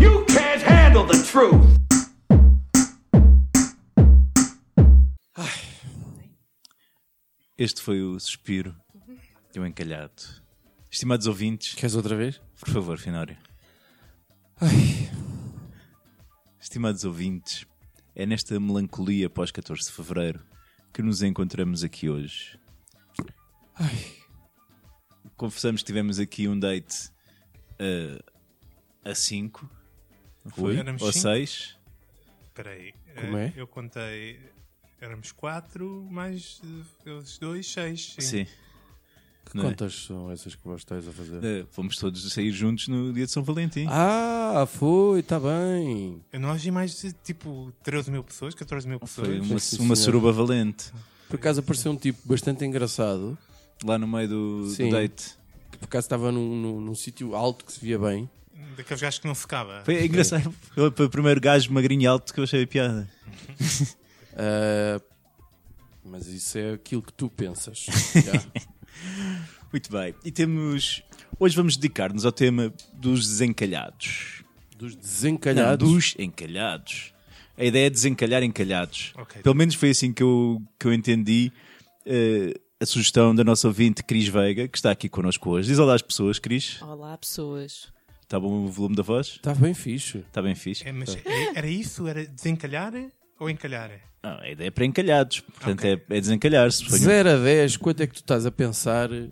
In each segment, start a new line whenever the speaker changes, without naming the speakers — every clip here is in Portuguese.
You can't handle the truth.
Este foi o suspiro de um encalhado. Estimados ouvintes,
Queres outra vez?
por favor, Finório. Estimados ouvintes, é nesta melancolia pós 14 de fevereiro que nos encontramos aqui hoje. Confessamos que tivemos aqui um date eh, a 5
Foi?
Éramos
ou
cinco?
6.
Espera aí.
Como
eh,
é?
Eu contei. Éramos quatro, mais eh, eles dois, seis. Sim.
Sim.
Que
Não é?
contas são essas que vós estás a fazer?
Eh, fomos todos sair juntos no dia de São Valentim.
Ah, foi, está bem.
Eu não agi mais de tipo 13 mil pessoas, 14 mil pessoas.
Foi uma,
sim,
uma
senhor.
suruba valente.
Por acaso apareceu um tipo bastante engraçado,
Lá no meio do, do
Sim.
date.
que por acaso estava num, num, num sítio alto que se via bem.
Daqueles gajos que não secava.
um- Foi engraçado. Foi foi o primeiro gajo magrinho e alto que eu achei a piada.
Ah, mas isso é aquilo que tu pensas. já.
Muito bem. E temos. Hoje vamos dedicar-nos ao tema dos desencalhados.
Dos
Não,
desencalhados.
dos encalhados. A ideia é desencalhar encalhados.
Ok. tá.
Pelo menos foi assim que eu, que eu entendi eh, a sugestão da nossa ouvinte Cris Veiga, que está aqui connosco hoje. Diz olá às pessoas, Cris.
Olá, pessoas.
Está bom o volume da voz?
Está tá bem fixe.
Está bem fixe?
É, mas é- era isso? Era desencalhar ou encalhar?
Não, a ideia é para encalhados. Portanto,
Ok.
é, é desencalhar-se.
De
Foi um-
0 a 10, quanto é que tu estás a pensar eh,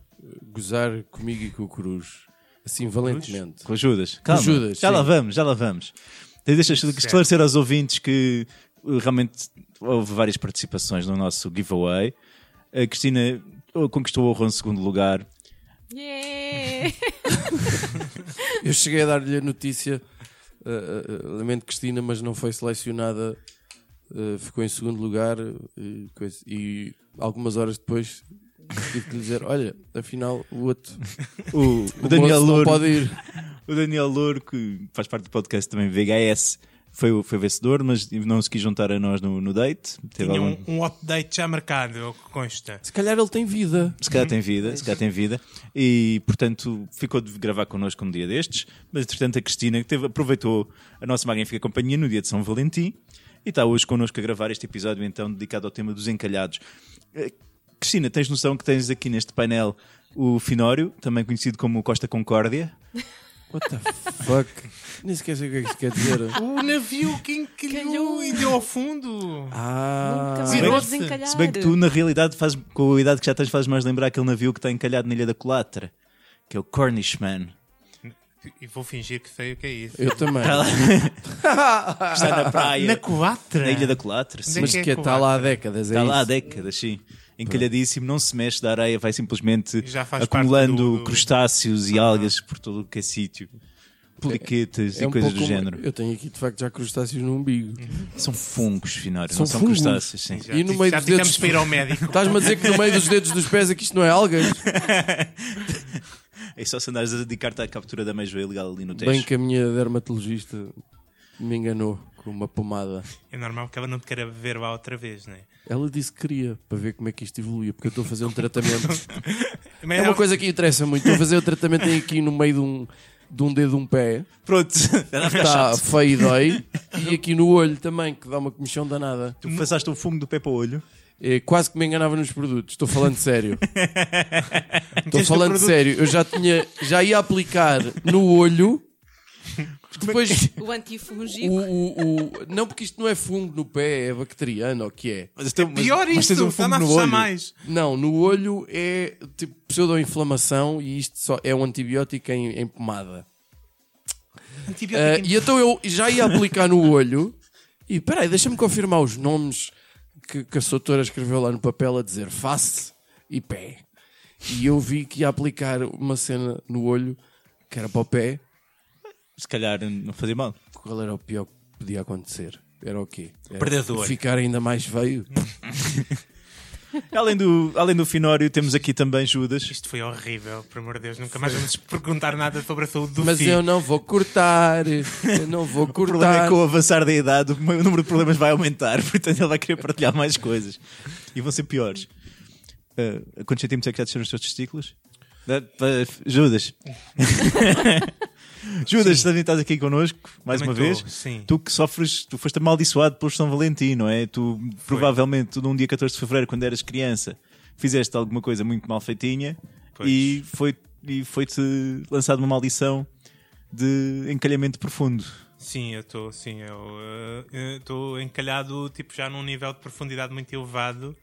gozar comigo e com o Cruz? Assim, valentemente.
Com Judas. Calma,
Judas,
já lá
sim.
vamos, já lá vamos. Deixa esclarecer aos ouvintes que uh, realmente houve várias participações no nosso giveaway. A Cristina uh, conquistou o honra em segundo lugar.
Yeah!
Eu cheguei a dar-lhe a notícia, eh, eh, lamento Cristina, mas não foi selecionada, eh, ficou em segundo lugar eh, coisa- e algumas horas depois tive que lhe dizer: Olha, afinal o outro,
O,
o
Daniel
moço não
Louro,
pode ir.
o Daniel Louro, que faz parte do podcast também VHS, foi, o- foi vencedor, mas não se quis juntar a nós no, no date. Teve
Tinha
algum-
um, um update já marcado, é o que consta.
Se calhar ele tem vida.
Se calhar tem vida, se calhar tem vida. E, portanto, ficou de gravar connosco um dia destes. Mas, entretanto, a Cristina que teve, aproveitou a nossa magnífica companhia no dia de São Valentim e está hoje connosco a gravar este episódio, então, dedicado ao tema dos encalhados. Eh, Cristina, tens noção que tens aqui neste painel o Finório, também conhecido como Costa Concórdia?
What the fuck? Nem sequer sei o que é que isso quer dizer.
O navio que encalhou
Calhou.
e deu ao fundo.
Ah,
Se
Nunca mais
bem
vou
que-
desencalhar.
Se bem que tu, na realidade, faz, com a idade que já tens, fazes mais lembrar aquele navio que está encalhado na Ilha da Colatra, que é o Cornishman.
E vou fingir que sei o que é isso.
eu também.
Tá que Está na praia,
Na culatra?
na Ilha da Colatra. sim.
Mas
Quem é
que
que
está
vai?
lá há décadas, é
Está
isso?
Tá lá há décadas, sim. Encalhadíssimo, não se mexe da areia, vai simplesmente
Já faz
acumulando
parte do- Ah. do-
crustáceos e algas por todo o que é sítio. Poliquetas e
um
coisas do
pouco uma-
género.
Eu tenho aqui de facto já crustáceos no umbigo.
São fungos, Finório, não
São
são
fungos.
crustáceos, sim.
Já,
E no meio
já
dos Então- dedos-
ficamos para ir ao médico.
Estás-me a dizer que no meio dos dedos dos pés é que isto não é algas?
É só se andares a dedicar-te à captura da meijoa ilegal ali no
Bem
texto.
que a minha dermatologista me enganou com uma pomada.
É normal que ela não te queira ver lá outra vez, não é?
Ela disse que queria, para ver como é que isto evoluía, porque eu estou a fazer um tratamento.
Mas
É uma
ela-
coisa que interessa muito. Estou a fazer um tratamento aqui no meio de um, de um dedo de um pé,
Pronto, Tá
que está feio e dói, e aqui no olho também, que dá uma comichão danada.
tu passaste o fungo do pé para o olho.
É, quase que me enganava nos produtos, estou falando sério. Estou
Meteste o
falando
produto-
sério, eu já, tinha, já ia aplicar no olho, depois
O
o,
antifungico.
o- o- Não, porque isto não é fungo no pé, é bacteriano, ou o que é?
Mas, teu- mas-
Pior
mas
isto,
tens um fungo
está-me a
no
afastar
olho.
mais.
Não, no olho é tipo pseudoinflamação e isto só é um antibiótico em, em pomada. Ah,
Antibiótico. é
e então eu já ia aplicar no olho e peraí, deixa-me confirmar os nomes que, que a soutora escreveu lá no papel a dizer face e pé. E eu vi que ia aplicar uma cena no olho que era para o pé.
Se calhar não fazia mal.
Qual era o pior que podia acontecer? Era o quê? Era
Predador.
Ficar ainda mais feio?
Além do, além do Finório, temos aqui também Judas.
Isto foi horrível, por amor de Deus. Nunca mais vamos perguntar nada sobre a saúde do
Mas
filho.
eu não vou cortar, eu não vou
O problema é
cortar.
que com o avançar da idade o meu número de problemas vai aumentar, portanto ele vai querer partilhar mais coisas e vão ser piores. Ah, quantos centímetros é que já desceram os teus testículos? Da- da- Judas. Judas, também estás aqui connosco mais
Também
uma
estou,
vez.
sim.
Tu que sofres, tu foste amaldiçoado pelo São Valentim, não é? Tu provavelmente tu, num dia 14 de fevereiro, quando eras criança, fizeste alguma coisa muito mal feitinha
Pois.
e foi- e foi-te lançada uma maldição de encalhamento profundo.
Sim, eu estou, sim, eu estou encalhado tipo, já num nível de profundidade muito elevado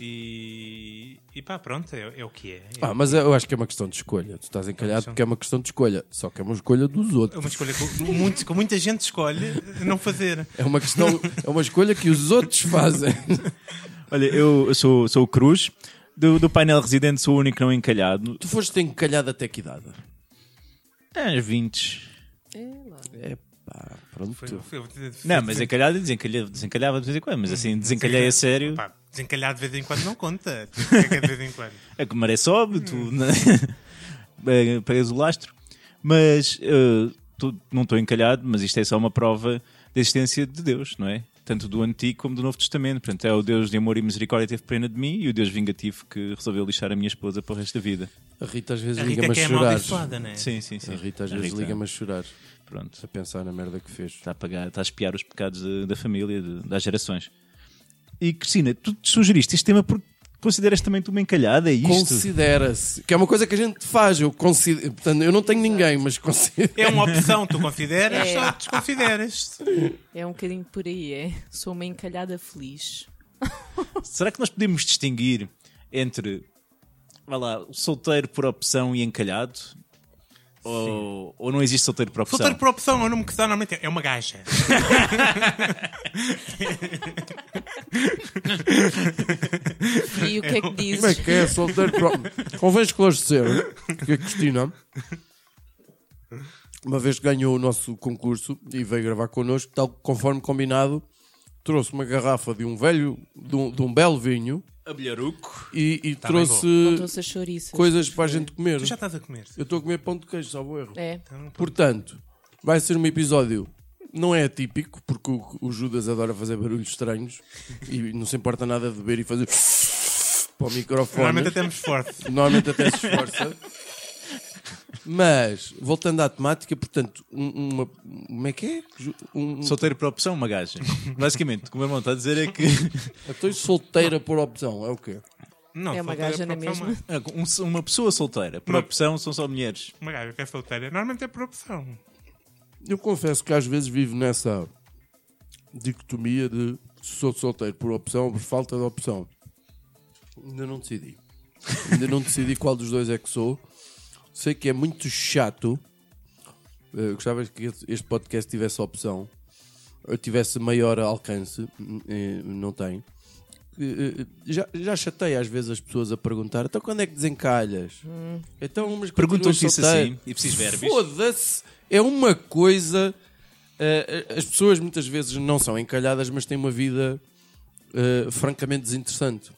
e, e pá, pronto, é, é o que é. É
Pá, mas eu acho que é uma questão de escolha. Tu estás encalhado porque é uma questão de escolha. Só que é uma escolha dos
É
outros.
uma escolha que, muito, que muita gente escolhe não fazer.
É uma questão, é uma escolha que os outros fazem.
Olha, eu eu sou, sou o Cruz. Do, do painel residente sou o único não encalhado.
Tu foste encalhado até que idade?
Às 20.
É lá.
É pá, pronto.
Foi- foi- foi-
Não, mas encalhado desencalhava, desencalhava de vez em quando, mas assim, desencalhei a sério.
Pá, desencalhar de vez em quando não conta. Tem que ser de vez em quando.
é A que maré sobe, tu eh, pegas o lastro. Mas eh, tu- não estou encalhado, mas isto é só uma prova da existência de Deus, não é? Tanto do Antigo como do Novo Testamento. Portanto, é o Deus de amor e misericórdia que teve pena de mim e o Deus vingativo que resolveu lixar a minha esposa para o resto da vida.
A Rita às
A
vezes
Rita é
liga-me a
que é
chorar.
amaldiçoada, não é?
Sim, sim, sim.
A Rita às
A
vezes
Rita,
liga-me a chorar
Pronto.
a pensar na merda que fez.
Está a, pagar, está a espiar os pecados da, da família, de- das gerações. E Cristina, tu te sugeriste este tema porque consideras também tu uma encalhada, é isto?
Considera-se. Que é uma coisa que a gente faz. Eu, considero, portanto, eu não tenho ninguém, mas considero.
É uma opção, tu consideras
É.
ou desconsideras.
É um bocadinho por aí, é. Sou uma encalhada feliz.
Será que nós podemos distinguir entre, vai lá, o solteiro por opção e encalhado? Ou, ou não existe solteiro por opção?
Solteiro por opção é o nome que se dá normalmente. É uma gaja.
E o que é que
Como é
dizes?
que é solteiro próprio? Convém esclarecer que a Cristina, uma vez que ganhou o nosso concurso e veio gravar connosco, tal conforme combinado, trouxe uma garrafa de um velho, de um, de um belo vinho
Abelharuco.
e, e
Tá bem
Não
trouxe
trouxe as chouriças.
coisas para a gente comer.
É. Tu já estás a comer.
Eu estou a comer pão de queijo, salvo erro.
É.
Portanto, vai ser um episódio. Não é atípico, porque o, o Judas adora fazer barulhos estranhos e não se importa nada de beber e fazer para o microfone.
Normalmente até me esforço.
Normalmente até se esforça. Mas, voltando à temática, portanto, um- uma. Como é que é? Ju- Um, um,
Solteiro por opção, uma gaja. Basicamente, o que o meu irmão está a dizer é que
estou solteira por opção, é o quê?
Não,
É uma
solteira
gaja,
por
não é
opção,
mesmo?
um- uma pessoa solteira por
Uma-
opção são só mulheres.
Uma gaja que é solteira. Normalmente é por opção.
Eu confesso que às vezes vivo nessa dicotomia de sou solteiro por opção ou por falta de opção. Ainda não decidi. Ainda não decidi qual dos dois é que sou. Sei que é muito chato. Eh, gostava que este podcast tivesse opção. Ou tivesse maior alcance. Hum, eh, Não tem. Eh, eh, Já, já chatei às vezes as pessoas a perguntar: então quando é que desencalhas? Então, mas
Perguntam-te
continuas
Hum. isso
solteiro?"
assim, ipsis verbis.
Foda-se! É uma coisa. eh, eh, as pessoas muitas vezes não são encalhadas, mas têm uma vida eh, francamente desinteressante.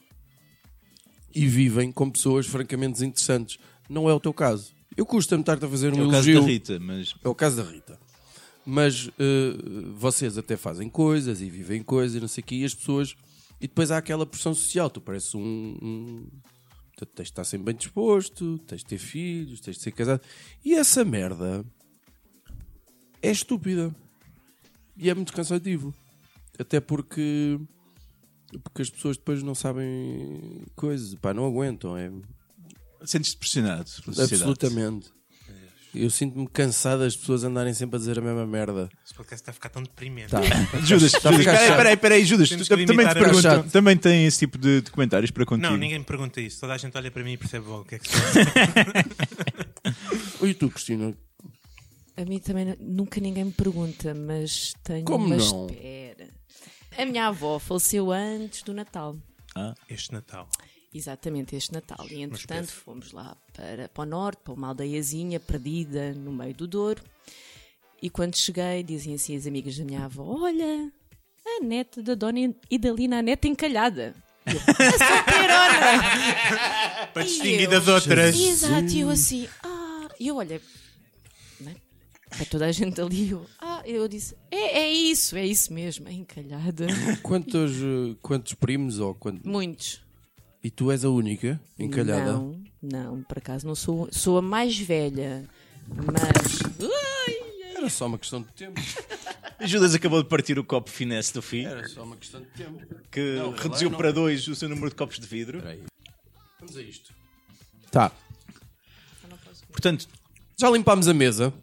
E vivem com pessoas francamente desinteressantes. Não é o teu caso. Eu custa-me estar a fazer um
É o caso
elogio.
da Rita, mas
É o caso da Rita. Mas eh, vocês até fazem coisas e vivem coisas e não sei o quê, e as pessoas. E depois há aquela pressão social. Tu pareces um. um... tu Tens de estar sempre bem disposto, tens de ter filhos, tens de ser casado. E essa merda é estúpida. E é muito cansativo. Até porque. Porque as pessoas depois não sabem coisas, pá, não aguentam. É,
sentes-te pressionado pela sociedade.
Absolutamente. Eu sinto-me cansado das pessoas andarem sempre a dizer a mesma merda.
Este podcast está a ficar tão
Tá.
Tá.
deprimente.
Judas,
Está a
Judas,
ficar
peraí,
chato.
peraí, peraí, Judas, tu
Temos que
também te
limitar a-
perguntam,
chato.
também tem esse tipo de, de comentários para contigo.
Não, ninguém me pergunta isso. Toda a gente olha para mim e percebe logo o que é que se
E tu, Cristina?
A mim também nu- nunca ninguém me pergunta, mas tenho
Como
uma
não?
espera. A minha avó faleceu antes do Natal.
Este Natal.
Exatamente, este Natal. E entretanto fomos lá para, para o norte, para uma aldeiazinha perdida no meio do Douro. E quando cheguei, dizem assim as amigas da minha avó: Olha, a neta da Dona Idalina, a neta encalhada. A solteirona!
Para
E
distinguir
eu?
das outras.
Exato, e eu assim, ah, e eu olhei né, para toda a gente ali, eu, ah, eu disse, é, é isso, é isso mesmo, é encalhada.
Quantos, eh, quantos primos ou quant...
Muitos.
E tu és a única encalhada?
Não, não, por acaso não sou, sou a mais velha, mas. Ai,
Era só uma questão de tempo.
Judas acabou de partir o copo finesse do fim,
Era só uma questão de tempo.
que
Não,
reduziu
não.
para dois o seu número de copos de vidro.
Vamos a isto. Tá.
Portanto,
Já limpámos a mesa.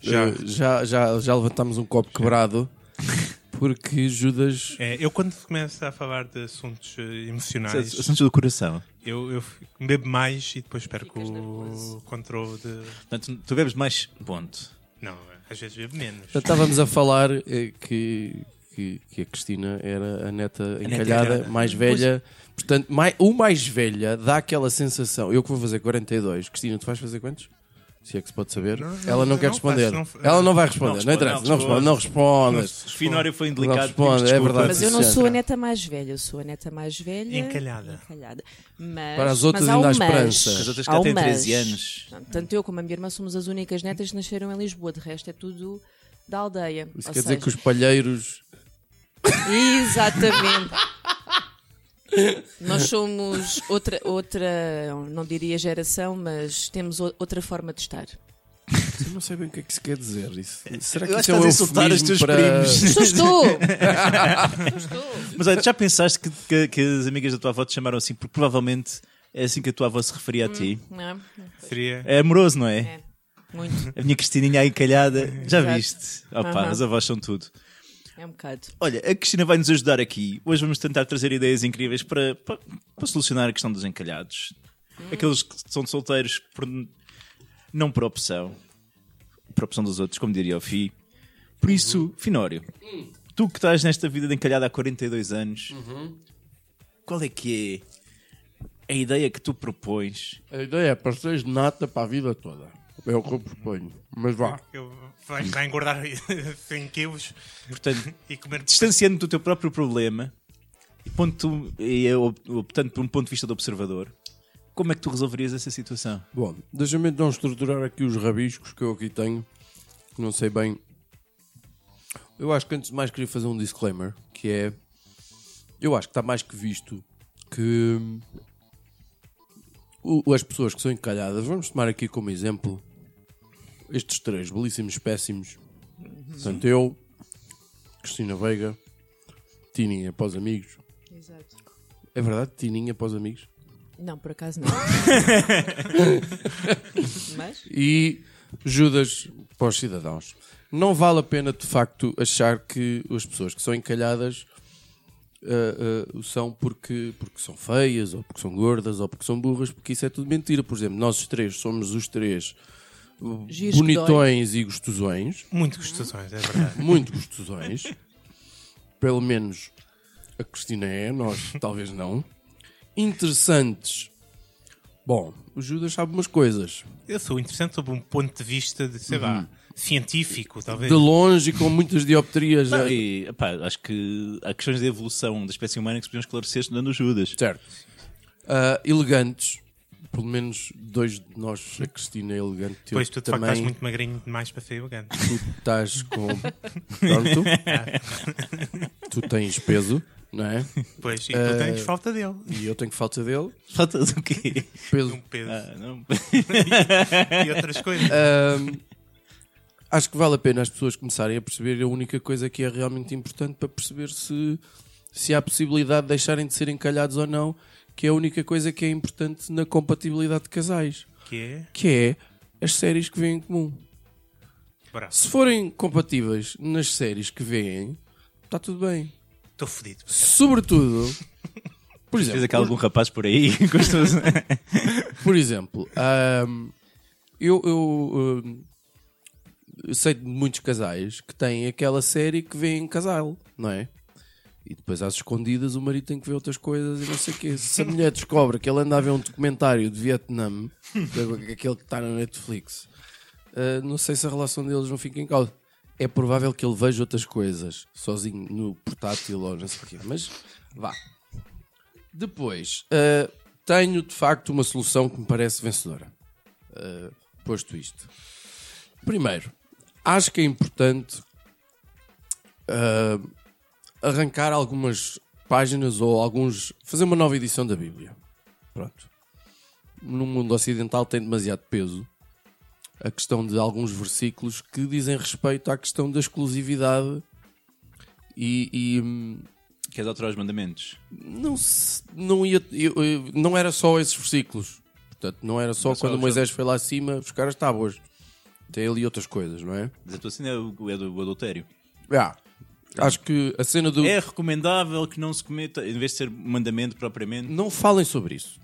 Já.
Eh, já, já, já levantámos um copo quebrado. Porque Judas.
É, eu quando começo a falar de assuntos eh, emocionais,
Ah, assuntos do coração.
eu, eu fico- bebo mais e depois perco
Ficas
o
nervoso.
controle de...
Portanto, tu bebes mais ponto.
Não, às vezes bebo menos.
Já estávamos a falar eh, que, que, que a Cristina era a neta encalhada,
encalhada.
mais velha. Portanto, mai, o mais velha dá aquela sensação. Eu que vou fazer 42. Cristina, tu vais fazer quantos? Se é que se pode saber.
Não, não,
Ela não,
não,
quer
não
responder.
faço, não-
Ela não vai responder. Não,
responde,
interessa.
não
Não, responde. Não
O
respondes.
finório foi indelicado.
Não responde,
pedimos
é
desculpa.
verdade.
Mas eu não
Sim,
sou a
senhora.
neta mais velha, eu sou a neta mais velha.
Encalhada.
encalhada. Mas,
Para as outras
mas há
ainda há
um mas.
esperança.
As outras
Há
cá
um
têm
mas.
13 anos.
Tanto eu como a minha irmã somos as únicas netas que nasceram em Lisboa, de resto é tudo da aldeia.
Isso
Ou
quer dizer que
seja,
os palheiros.
Exatamente. Nós somos outra, outra, não diria geração, mas temos o- outra forma de estar.
Eu não sei bem o que é que se quer dizer. Isso, será que
Eu acho
isso
que
é um
estás a insultar os
eufemismo
teus
para...
primos.
Só estou! Só estou!
Mas olha, já pensaste que, que- que as amigas da tua avó te chamaram assim? Porque provavelmente é assim que a tua avó se referia a ti.
Não é?
Seria...
É amoroso, não é?
É. Muito.
A minha Cristininha aí calhada. Já
Exato.
viste? Opa,
Aham.
as avós são tudo.
É um bocado.
Olha, a Cristina vai nos ajudar aqui. Hoje vamos tentar trazer ideias incríveis para, para, para solucionar a questão dos encalhados. Aqueles que são solteiros por, não por opção, por opção dos outros, como diria o Fi. Por isso, Finório, tu que estás nesta vida de encalhada há 42 anos, qual é que é a ideia que tu propões?
A ideia é pastéis de nata para a vida toda. É o que eu proponho. Mas vá.
Eu vai, vai engordar 100 quilos
Portanto,
e comer
distanciando-te do teu próprio problema e, ponto, e eu, optando por um ponto de vista do observador, como é que tu resolverias essa situação?
Bom, deixa-me então estruturar aqui os rabiscos que eu aqui tenho. que Não sei bem. Eu acho que antes de mais queria fazer um disclaimer, que é. Eu acho que está mais que visto que hum, o- as pessoas que são encalhadas, vamos tomar aqui como exemplo estes três belíssimos péssimos. Portanto, eu, Cristina Veiga, Tininha para os amigos.
Exato.
É verdade, Tininha para os amigos.
Não, por acaso não. mas?
e Judas para os cidadãos. Não vale a pena, de facto, achar que as pessoas que são encalhadas ah, ah, o são porque, porque são feias, ou porque são gordas, ou porque são burras, porque isso é tudo mentira. Por exemplo, nós os três somos os três eh,
Giros que
bonitões e gostosões
muito gostosões, é verdade.
muito gostosões. Pelo menos a Cristina é, nós talvez não. Interessantes. Bom, o Judas sabe umas coisas.
Eu sou interessante sob um ponto de vista de, sei lá, científico, talvez.
Uhum. De longe e com muitas dioptrias.
Não,
eh,
e, epá, acho que há questões de evolução da espécie humana que se podiam esclarecer estudando o Judas.
Certo. Ah, elegantes. Pelo menos dois de nós, a Cristina é elegante. eu
Pois tu de facto
também
estás muito magrinho demais para ser elegante.
tu estás com. Pronto. tu tens peso, não é?
Pois, e tu tens
Eh,
falta dele.
E eu tenho falta dele.
Falta do quê?
Peso
Um peso
Ah, não.
e outras coisas.
Ah. Ahm, acho que vale a pena as pessoas começarem a perceber a única coisa que é realmente importante para perceber se, se há possibilidade de deixarem de ser encalhados ou não, que é a única coisa que é importante na compatibilidade de casais,
Que
que é as séries que vêm em comum.
é braço.
Se forem compatíveis nas séries que vêm, está tudo bem.
Estou fodido.
Sobretudo, por
Fez
exemplo,
aqui algum rapaz por aí gostoso.
Por exemplo, ahm, eu, eu, ahm, eu sei de muitos casais que têm aquela série que vê em casal, não é? E depois às escondidas o marido tem que ver outras coisas e não sei o quê. Se a mulher descobre que ele anda a ver um documentário de Vietnã, que é aquele que está na Netflix, ah, não sei se a relação deles não fica em causa. É provável que ele veja outras coisas, sozinho no portátil ou não sei o quê. Mas vá. Depois, ah, tenho de facto uma solução que me parece vencedora. Ah, posto isto. Primeiro, acho que é importante ah, arrancar algumas páginas ou alguns. fazer uma nova edição da Bíblia. Pronto. No mundo ocidental tem demasiado peso a questão de alguns versículos que dizem respeito à questão da exclusividade e- e hum,
Queres alterar os mandamentos?
não, se- não, ia, eu- eu- não era só esses versículos. Portanto, não era só
Não é só
quando
os
Moisés foi lá acima buscar as tábuas. Tem ali outras coisas, não é?
Mas a tua cena é o, é do o adultério.
Ah, acho que a cena do.
É recomendável que não se cometa, em vez de ser mandamento propriamente.
Não falem sobre isso.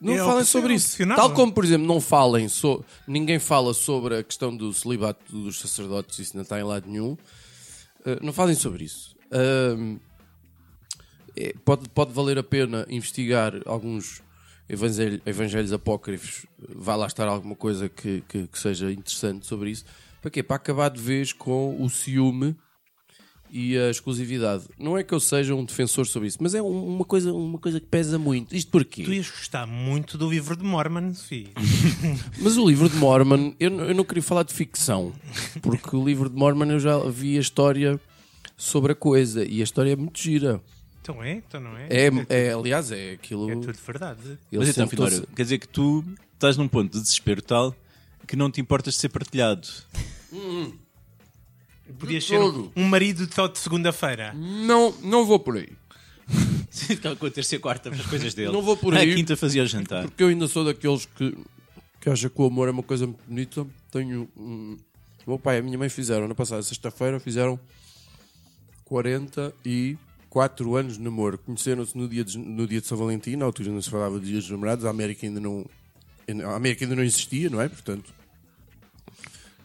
Não
É
falem
opção-
sobre isso.
opcional.
Tal como, por exemplo, não falem so... ninguém fala sobre a questão do celibato dos sacerdotes, isso não está em lado nenhum. Uh, não falem sobre isso. Um, é, pode, pode valer a pena investigar alguns evangelho- evangelhos apócrifos. Vai lá estar alguma coisa que, que, que seja interessante sobre isso. Para quê? Para acabar de vez com o ciúme e a exclusividade. Não é que eu seja um defensor sobre isso, mas é um- uma coisa, uma coisa que pesa muito. Isto porquê?
Tu ias gostar muito do livro de Mormon, Sofia.
Mas o livro de Mormon, eu, n- eu não queria falar de ficção, porque o livro de Mormon eu já vi a história sobre a coisa e a história é muito gira.
Então é, então não é?
É, é, aliás, é aquilo.
É tudo verdade.
ele
Mas então,
sentou-se-
Finório, quer dizer que tu estás num ponto de desespero tal que não te importas de ser partilhado.
Podias
De
ser um,
todo. Hum.
um marido de tal de segunda-feira.
não, não vou por aí.
Ficava com a terça e a quarta para as coisas dele.
Não vou por
Ah,
aí.
A quinta fazia o jantar.
Porque eu ainda sou daqueles que, que acha que o amor é uma coisa muito bonita. Tenho. Hum, o meu pai e a minha mãe fizeram, na passada sexta-feira, fizeram 44 anos de namoro. Conheceram-se no, dia de- no dia de São Valentim, na altura não se falava de dias dos namorados, a América ainda não. A América ainda não existia, não é? Portanto.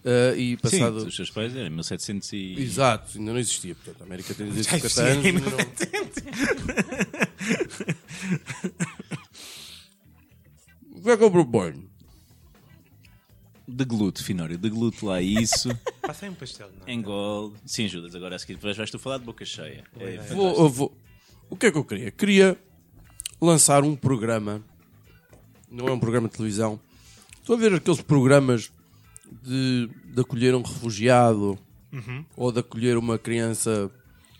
ah, e
Sim,
passado.
os seus pais eram 1700 e...
Exato, ainda não existia. Portanto, a América tem desde
Já
50
existia
anos.
em
ainda não- O que é que eu proponho?
De glúteo, Finório, de glúteo lá isso.
Passei um pastel, não?
Engole. Sim, Judas, agora a seguir depois vais tu falar de boca cheia. É,
Vou- eu vou- O que é que eu queria? Queria lançar um programa. Não é um programa de televisão. Estou a ver aqueles programas de, de acolher um refugiado ou de acolher uma criança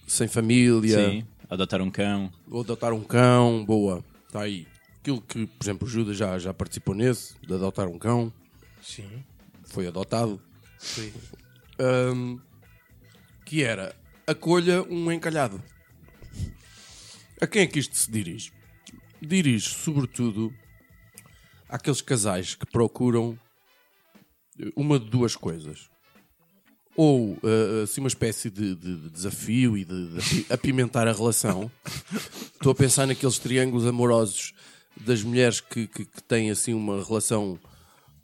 sem família
Sim, adotar um cão.
ou de adotar um cão. Boa, está aí. Aquilo que, por exemplo, o Judas já, já participou nesse, de adotar um cão,
é? Sim.
foi adotado.
Sim.
Ahm, que era acolha um encalhado. A quem é que isto se dirige? Dirige sobretudo àqueles casais que procuram eh, uma de duas coisas. Ou eh, assim, uma espécie de, de- de desafio e de, de api- apimentar a relação. Estou a pensar naqueles triângulos amorosos das mulheres que, que, que têm assim uma relação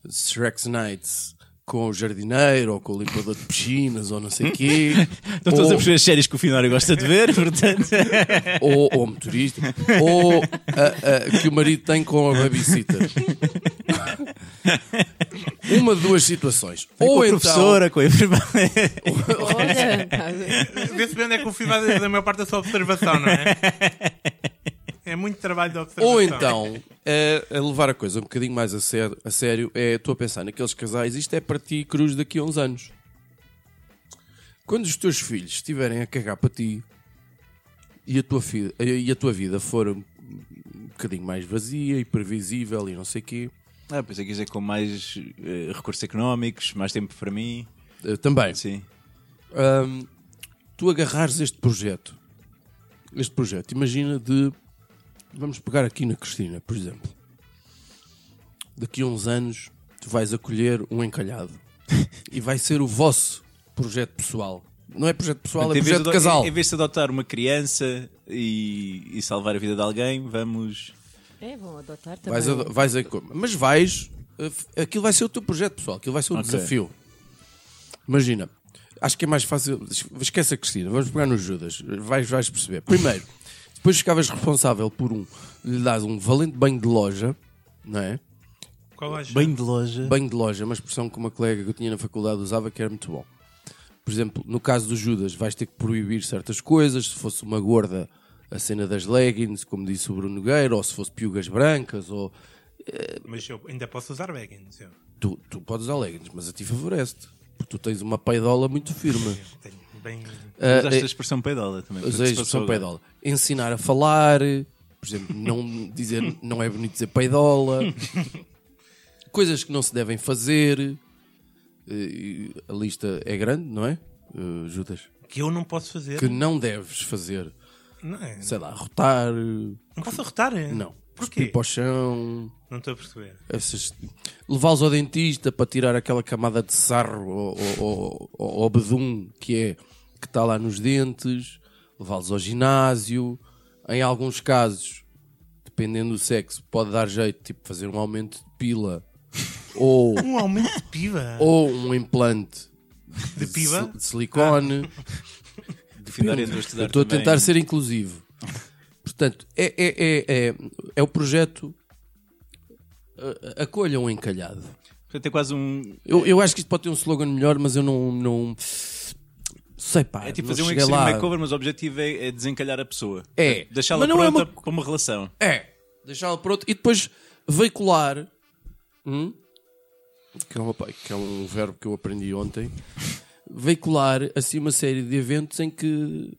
Shrek Nights com o jardineiro ou com o limpador de piscinas ou não sei o quê.
Estão todas Então
Ou-
a perceber as séries que o Finório gosta de ver, portanto. é
ou, ou motorista, ou a- a que o marido tem com a babysitter. Uma de duas situações. ou
com a
então,
professora, com a enfermeira.
Olha,
Vê-se bem onde é que o Fio vai da maior parte da sua observação, não é? É muito trabalho de observação.
ou então eh, a levar a coisa um bocadinho mais a sério, a sério é estou a pensar naqueles casais, isto é para ti, Cruz, daqui a uns anos. Quando os teus filhos estiverem a cagar para ti e a tua, fi- e a tua vida for um bocadinho mais vazia e previsível e não sei o quê,
Ah, pois é, quer dizer, com mais eh, recursos económicos, mais tempo para mim.
eh, também
Sim.
Ahm, tu agarrares este projeto, este projeto, imagina de. Vamos pegar aqui na Cristina, por exemplo. Daqui a uns anos, tu vais acolher um encalhado e vai ser o vosso projeto pessoal. Não é projeto pessoal, é
Portanto, em vez
projeto de casal.
Em em vez de adotar uma criança e, e salvar a vida de alguém, vamos.
é bom adotar também.
Vais a, vais a- mas vais. uh, f- Aquilo vai ser o teu projeto pessoal, aquilo vai ser o
Ok.
desafio. Imagina, acho que é mais fácil. es- Esquece a Cristina, vamos pegar nos Judas, vais, vais perceber. Primeiro, depois ficavas responsável por um. Lhe dás um valente banho de loja, não é?
Qual acha?
de loja.
Banho de loja, uma expressão que uma colega que eu tinha na faculdade usava que era muito bom. Por exemplo, no caso do Judas, vais ter que proibir certas coisas. Se fosse uma gorda, a cena das leggings, como disse o Bruno Nogueira, ou se fosse piugas brancas, ou
Mas eu ainda posso usar leggings. Eu
tu, tu podes usar leggings, mas a ti favorece-te, porque tu tens uma paidola muito firme. Eh,
tenho bem.
Ah, é-
Usaste a expressão peidola também.
Os
portanto, se
ex
fosse
são
agora.
peidola. Ensinar a falar, por exemplo, não, dizer, não é bonito dizer peidola, coisas que não se devem fazer. Eh, A lista é grande, não é? Eh, Judas?
Que eu não posso fazer.
Que não deves fazer,
Não, é?
sei lá, rotar, eh,
não posso rotar? é?
não,
Porquê?
cuspir para o chão,
Não estou a perceber.
essas- levá-los ao dentista para tirar aquela camada de sarro ou, ou, ou- ou bedum que é que está lá nos dentes, levá-los ao ginásio, em alguns casos, dependendo do sexo, pode dar jeito, tipo fazer um aumento de pila ou,
Um aumento de piva.
ou um implante
de piva?
de silicone.
Defender e estudar
Eu estou a
também.
tentar ser inclusivo. Portanto, é, é, é, é, é o projeto. uh, Acolham o encalhado.
Portanto, é quase um.
Eu, eu acho que isto pode ter um slogan melhor, mas eu não. não... Sei pá.
É tipo
não
fazer um
cheguei
extreme
lá.
makeover, mas o objetivo é, é desencalhar a pessoa.
É.
Deixá-la
Mas não
pronta
é uma-
para uma relação.
É. Deixá-lo pronto e depois veicular. Hum? Que, é uma pa- que é um verbo que eu aprendi ontem. Veicular assim uma série de eventos em que.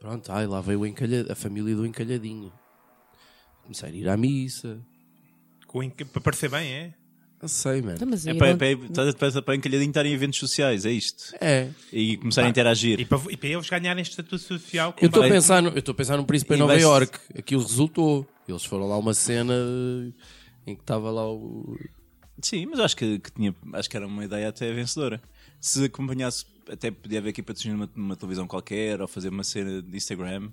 Pronto, ai, lá veio o encalha... a família do encalhadinho. Começar a ir à missa.
Com enca- Para parecer bem, é?
Não sei,
Então,
mano.
mas
É
aí
para,
não-
para, estás a- para, para encalhadinho estar em eventos sociais, é isto.
É.
E começar a interagir.
E para, e para eles ganharem estatuto social. com
Eu estou a
base-
pensar, no- eu estou a pensar num príncipe em
E
Nova
vai-se-
Iorque. Aquilo resultou. Eles foram lá a uma cena eh, em que estava lá o.
Sim, mas acho que, que tinha, acho que era uma ideia até vencedora. Se acompanhasse, até podia haver aqui patrocínio numa, numa televisão qualquer ou fazer uma cena de Instagram.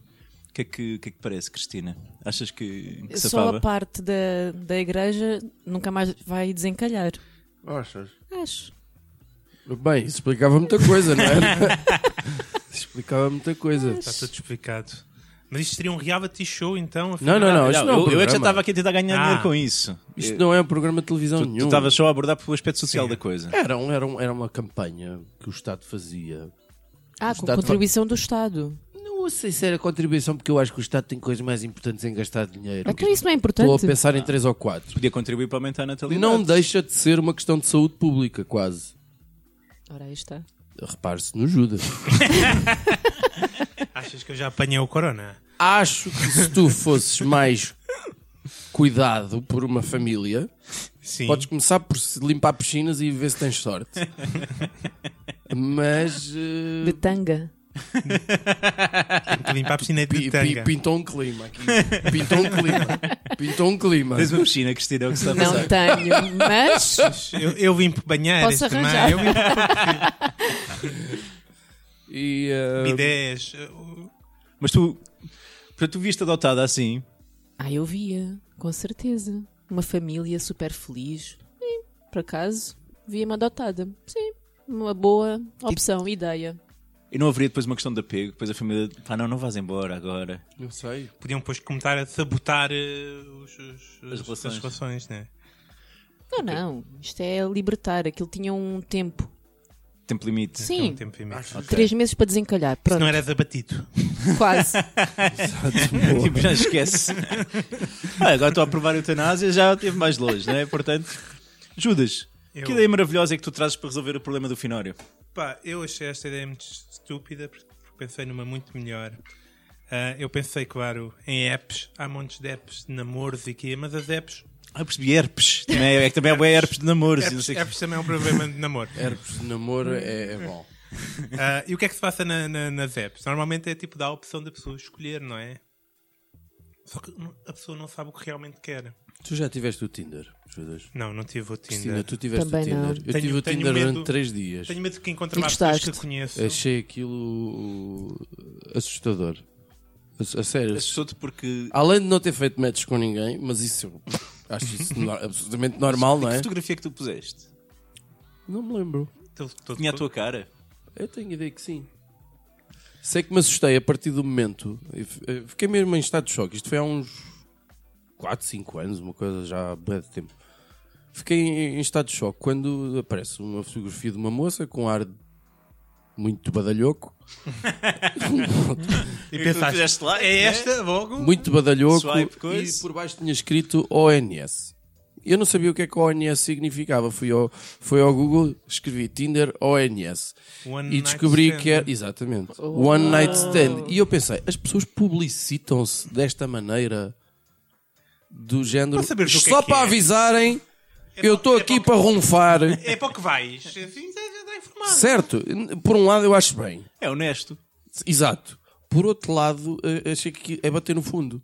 O que é que, o que, é que parece, Cristina? Achas que, que
Só a
safava?
parte da, da igreja nunca mais vai desencalhar.
Achas?
Acho.
Bem, isso explicava muita coisa, não era? explicava muita coisa.
Está tudo explicado. Mas isto seria um reality show, então?
Não,
afinal?
não, não. Isto
Não,
não, é
eu, eu é que
um
já
programa.
estava aqui a tentar ganhar
Ah.
dinheiro com isso.
Isto não é um programa de televisão
Tu
nenhum.
estavas só a abordar pelo aspecto social da coisa.
Era, um- era, um- era uma campanha que o Estado fazia.
Ah,
Está
com
de fa-
contribuição do Estado.
Não sei se era contribuição, porque eu acho que o Estado tem coisas mais importantes em gastar dinheiro.
Então isso não
Estou a
é importante.
pensar em três ou quatro.
Podia contribuir para aumentar a natalidade.
Não deixa de ser uma questão de saúde pública, quase.
Ora, aí está.
Repare-se no Judas.
Achas que eu já apanhei o corona?
Acho que se tu fosses mais cuidado por uma família,
Sim.
podes começar por se limpar piscinas e ver se tens sorte. Mas eh,
De tanga.
Limpar um a piscina de
pi- pi-
tanga.
pintou um clima aqui. Pintou um clima. Pintou um clima.
Tens uma piscina, Cristina, é o que se está a
Não
passar.
tenho, mas
Eu, eu limpo banheiras
Posso
também.
arranjar.
Eu limpo
E, eh,
bidés.
Mas tu, portanto, tu viste adotada assim,
Ah, eu via, com certeza. Uma família super feliz. Sim, por acaso, via-me adotada. Sim, uma boa opção, ideia.
e não haveria depois uma questão de apego, depois a família, pá, não, não vás embora agora.
não sei.
Podiam depois começar a sabotar eh, os- os- as,
relações.
as relações, né?
Não, não, isto é libertar. Aquilo tinha um tempo.
Tempo limite.
Tem um
Sim,
tempo limite. Se
três meses para desencalhar. Pronto,
não eras abatido.
quase.
tipo, já esquece. Ah, agora estou a provar a eutanásia, já esteve mais longe, não é? Portanto, Judas,
Eu-
que ideia maravilhosa é que tu trazes para resolver o problema do finório?
Pá, eu achei esta ideia muito estúpida porque pensei numa muito melhor. Ah, eu pensei, claro, em apps. Há montes de apps de namoros e quê, mas as apps.
Ah, percebi herpes. Também, é que também há herpes de namoros e não
Apps,
sei o quê.
apps também é um problema de namoro.
Herpes de namoro é, é bom.
Ah, e o que é que se passa na, na, nas apps? Normalmente é tipo dar a opção da pessoa escolher, não é? Só que não- a pessoa não sabe o que realmente quer.
Tu já tiveste o Tinder, Judas?
Não, não tive o Tinder.
Cristina, tu tiveste o
Também
Tinder.
não.
Eu
Tenho-
tive o
tenho
Tinder
medo-
durante três dias.
Tenho medo que encontre
E
mais pessoas que
gostaste?
eu conheço.
Achei aquilo uh, assustador. A, a sério.
Assustou-te porque.
Além de não ter feito matches com ninguém, mas isso eu acho isso no- absolutamente normal, não
que
é?
fotografia que tu puseste?
Não me lembro.
Tô- tô-
Tinha a
tô-
tua cara.
Eu tenho ideia que sim. Sei que me assustei a partir do momento. Eu f- eu Fiquei mesmo em estado de choque. Isto foi há uns 4, 5 anos, uma coisa já há bué de tempo. Fiquei em em estado de choque quando aparece uma fotografia de uma moça com ar de muito badalhoco,
E,
tu
pensaste,
fizeste like,
é
né?
esta logo?
muito badalhoco
Swipe,
e
coisa.
por baixo tinha escrito ONS. Eu não sabia o que é que ONS significava. Fui ao, fui ao Google, escrevi Tinder ONS
One
e
night
descobri
stand.
que era. Exatamente. One Night Stand. E eu pensei, as pessoas publicitam-se desta maneira do género.
Para saberes o que é
Só
que
para
é.
avisarem, eu
pa-
estou
é
aqui
pa-
para ronfar.
É para o que vais. Enfim, já já está tá informado.
Certo, por um lado eu acho bem.
É honesto.
Exato. Por outro lado, eh, achei que é bater no fundo.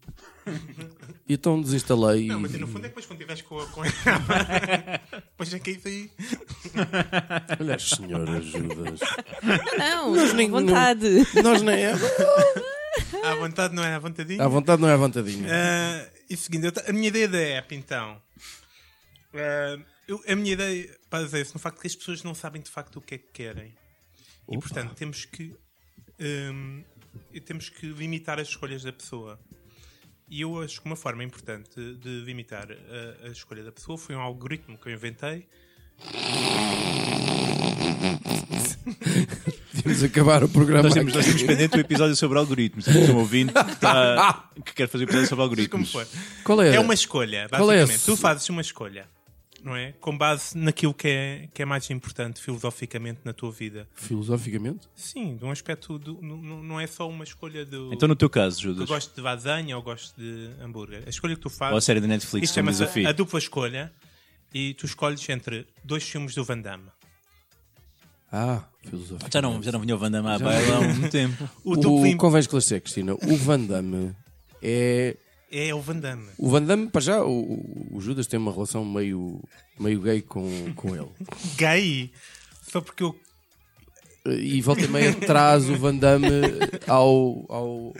E então desinstalei.
Não,
e-
mas no fundo é que depois quando estiveres com a... Com a- Pois é que é isso aí.
Olha, senhora Judas.
Não,
Nós
à
nem-
vontade.
Nós nem é.
À vontade, não é? À vontadinha.
À vontade não é à vontadinha.
Ah, e seguindo, eu ta- a minha ideia da app, então. Ah, eu- a minha ideia baseia-se no facto que as pessoas não sabem de facto o que é que querem. E portanto temos que hum, e temos que limitar as escolhas da pessoa. E eu acho que uma forma importante de limitar a, a escolha da pessoa foi um algoritmo que eu inventei.
Temos de acabar o programa.
Nós temos, nós temos pendente o episódio sobre algoritmos. Temos um ouvinte que, está- que quer fazer um episódio sobre
Seja como
algoritmos.
for.
Qual é?
É uma escolha,
Qual é
basicamente.
esse?
tu fazes uma escolha, não é? Com base naquilo que é, que é mais importante filosoficamente na tua vida.
Filosoficamente?
Sim, de um aspecto. do- n- n- não é só uma escolha do.
Então, no teu caso,
eu
Judas,
gosto de lasanha ou gosto de hambúrguer. A escolha que tu
ou a
fazes.
série da Netflix,
Isto
que é um
chama-se
desafio.
a dupla escolha. E tu escolhes entre dois filmes do Van Damme.
Ah, filosófico.
Já não, já não vinha o Van Damme à baila há muito tempo.
O, duplo
O,
im-
convém esclarecer, Cristina. O Van Damme é.
é o Van Damme.
O Van Damme, para já, o, o Judas tem uma relação meio, meio gay com, com ele.
Gay! Só porque eu.
e volta e meia traz o Van Damme ao, ao,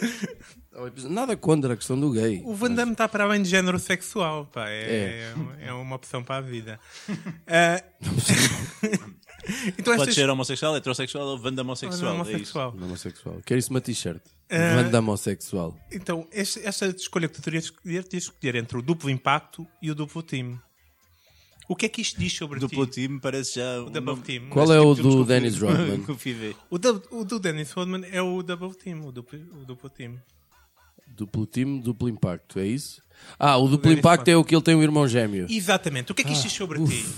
ao episódio. Nada contra a questão do gay.
O Van Damme está para além de género sexual, pá. É, é. uma opção para a vida. Ah, então
Pode
estas
ser homossexual, heterossexual ou Van Damme homossexual. É isso.
homossexual.
Homossexual. Quero isso uma t-shirt.
Eh,
Van Damme homossexual.
Então, este- esta escolha que tu terias de escolher, terias de escolher entre o duplo impacto e o duplo time. O que é que isto diz sobre
Duplo
ti?
time parece já. um
O double team.
Qual é o do Dennis Rodman?
Rodman?
O, dub- o do Dennis Rodman é o double team, o duplo, o duplo team.
Duplo time, duplo impacto, é isso? Ah, o duplo
Dennis
impacto
Rodman.
é o que ele tem um irmão gêmeo.
Exatamente. O que é que isto diz sobre
Ah,
ti?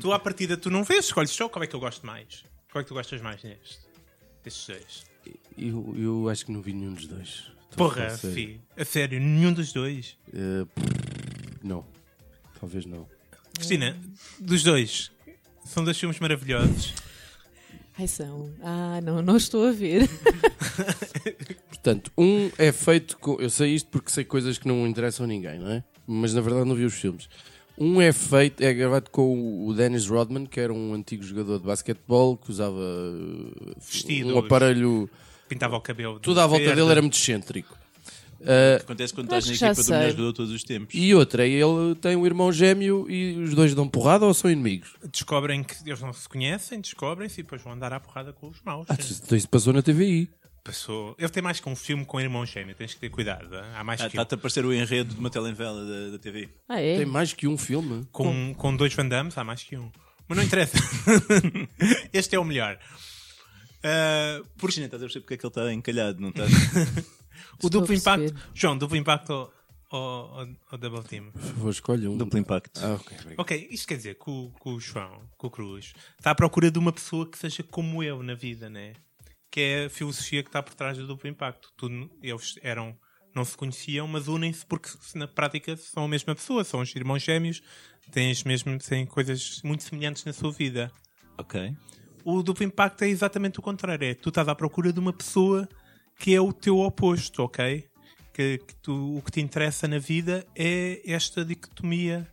Tu, à partida, tu não vês, escolhes só qual é que eu gosto mais. Qual é que tu gostas mais neste? Estes dois.
Eu, eu acho que não vi nenhum dos dois. Estou a
Porra,
falar sério.
fi. A sério, nenhum dos dois.
Eh, pff, não. Talvez não.
Cristina, dos dois. São dois filmes maravilhosos.
Ai, são. Ah, não, não estou a ver.
Portanto, um é feito com. Eu sei isto porque sei coisas que não interessam a ninguém, não é? Mas na verdade não vi os filmes. Um é feito, é gravado com o Dennis Rodman, que era um antigo jogador de basquetebol que usava uh,
Vestidos.
um aparelho.
Pintava o cabelo. de
Tudo à volta
verde.
dele era muito excêntrico. Uh,
Acontece quando estás
Acho
na
que já
equipa do melhor
sei.
jogador de todos os tempos.
e outra, é ele tem um irmão gêmeo e os dois dão porrada ou são inimigos?
descobrem que eles não se conhecem, descobrem-se e depois vão andar à porrada com os maus.
Ah, Isto isto passou na TVI.
Passou. Ele tem mais que um filme com irmão gêmeo, tens que ter cuidado. hein? Há mais que um.
Está-te Ah, a aparecer o enredo de uma telenovela da, da TV.
Ah,
Tem
é?
mais que um filme.
Com, com dois Van Damme, há mais que um. Mas não interessa. este é o melhor. Ah,
Por China, estás a perceber porque é que ele está encalhado, não estás?
o duplo
a
impacto.
perceber.
João, duplo impacto ao, ao, ao- ao Double Team.
Por favor, escolha um.
Duplo impacto.
Ah, ok, obrigado.
Ok, isto quer dizer que o, que o João, que o Cruz, está à procura de uma pessoa que seja como eu na vida, né? Que é a filosofia que está por trás do duplo impacto. Tu, eles eram, não se conheciam, mas unem-se porque se- na prática são a mesma pessoa, são os irmãos gêmeos, têm, as mesmas, têm coisas muito semelhantes na sua vida.
Ok.
O duplo impacto é exatamente o contrário. É tu estás à procura de uma pessoa que é o teu oposto, ok? Que, que tu- o que te interessa na vida é esta dicotomia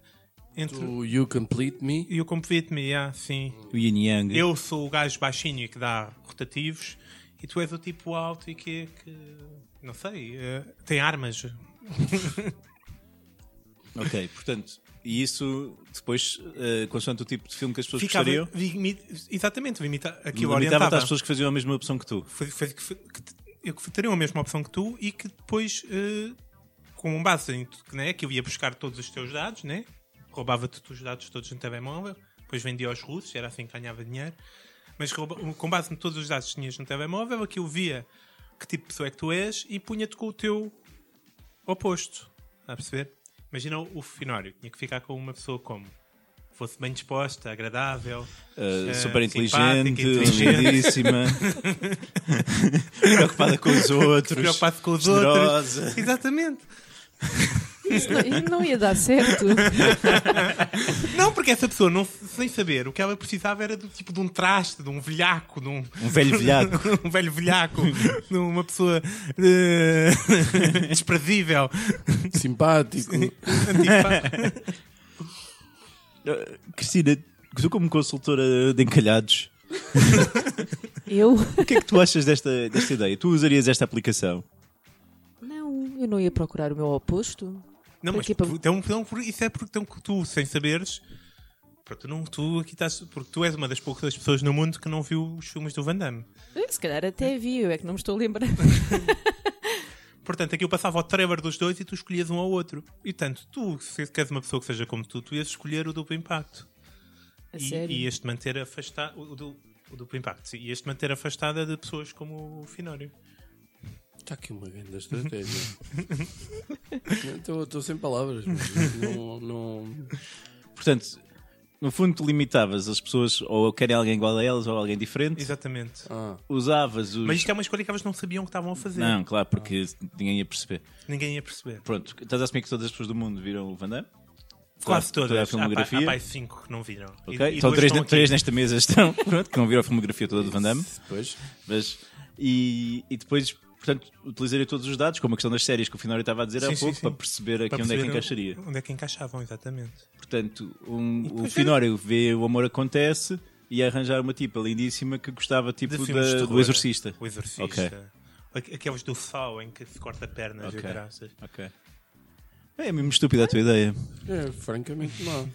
entre
O You Complete Me.
e o convite-me, yeah, sim.
O Yin Yang.
Eu sou o gajo baixinho e que dá rotativos e tu és o tipo alto e que, que não sei, eh, tem armas.
Ok, portanto, e isso depois, eh, consoante o tipo de filme que as pessoas
Ficava,
gostariam,
vimi- exatamente, imita, aquilo
limitava-te
orientava.
às pessoas que faziam a mesma opção que tu.
Foi- foi- que- que te- eu que teriam a mesma opção que tu e que depois, eh, com base em tu- né, que eu ia buscar todos os teus dados, né? roubava-te os dados todos no telemóvel, depois vendia aos russos, era assim que ganhava dinheiro. Mas rouba- com base em todos os dados que tinhas no telemóvel, aquilo via que tipo de pessoa é que tu és e punha-te com o teu oposto. Está a perceber? Imagina o Finório, tinha que ficar com uma pessoa como fosse bem disposta, agradável,
Uh,
eh,
super inteligente, um
simpática, inteligente,
lindíssima, preocupada com os outros,
preocupado com os
generosa.
outros. Exatamente.
Isso não, isso não ia dar certo.
Não, porque essa pessoa, não, sem saber, o que ela precisava era do tipo de um traste, de um velhaco, de um,
Um velho velhaco.
um velho velhaco, de uma pessoa eh, desprezível. Tipo,
Simpático.
Antipa-
Uh, Cristina, tu como consultora de encalhados,
Eu?
o que é que tu achas desta, desta ideia? Tu usarias esta aplicação?
Não, eu não ia procurar o meu oposto.
Não, mas
Porque, pá-
tu- então, então, por- isso é porque então, que tu, sem saberes, pá, tu, não, tu aqui estás, porque tu és uma das poucas pessoas no mundo que não viu os filmes do Van Damme.
Eh, Se calhar até vi, eu é que não me estou a lembrar.
Portanto, aqui eu passava o trailer dos dois e tu escolhias um ao outro. E tanto, tu, se queres uma pessoa que seja como tu, tu ias escolher o duplo impacto.
A
e,
sério.
e este manter afastado o, du- o duplo impacto sim. e este manter afastada de pessoas como o Finório
Está Tá aqui uma grande estratégia. Estou sem palavras. mas Não, não...
Portanto, no fundo, tu limitavas as pessoas ou querem alguém igual a elas ou alguém diferente,
exatamente
Ah,
usavas os.
mas isto é uma escolha que elas não sabiam que estavam a fazer
Não, claro, porque ninguém ia perceber.
ninguém ia perceber
Pronto, estás a assumir que todas as pessoas do mundo viram o Van Damme?
quase
Toda a
todas há pá-
filmografia.
há pá, cinco que não viram
Ok,
E- e
então
duas
três,
estão aqui.
três nesta mesa estão, pronto, que não viram a filmografia toda do Van Damme.
depois.
Mas, e, e depois, portanto, utilizarem todos os dados, como a questão das séries que o Finório estava a dizer há
Sim, sim,
pouco,
sim.
para perceber aqui
Para
onde é que
perceber
encaixaria.
onde é que encaixavam exatamente
Portanto, um, o
depois é-
Finório vê o amor acontece e ia arranjar uma tipa lindíssima que gostava tipo
De
da-
filmes de
do
terror. é.
Exorcista.
o exorcista
Ok.
Aqu- aqueles do sal em que se corta pernas
Ok.
e graças
Ok. É mesmo estúpida a tua ideia.
É, francamente, não.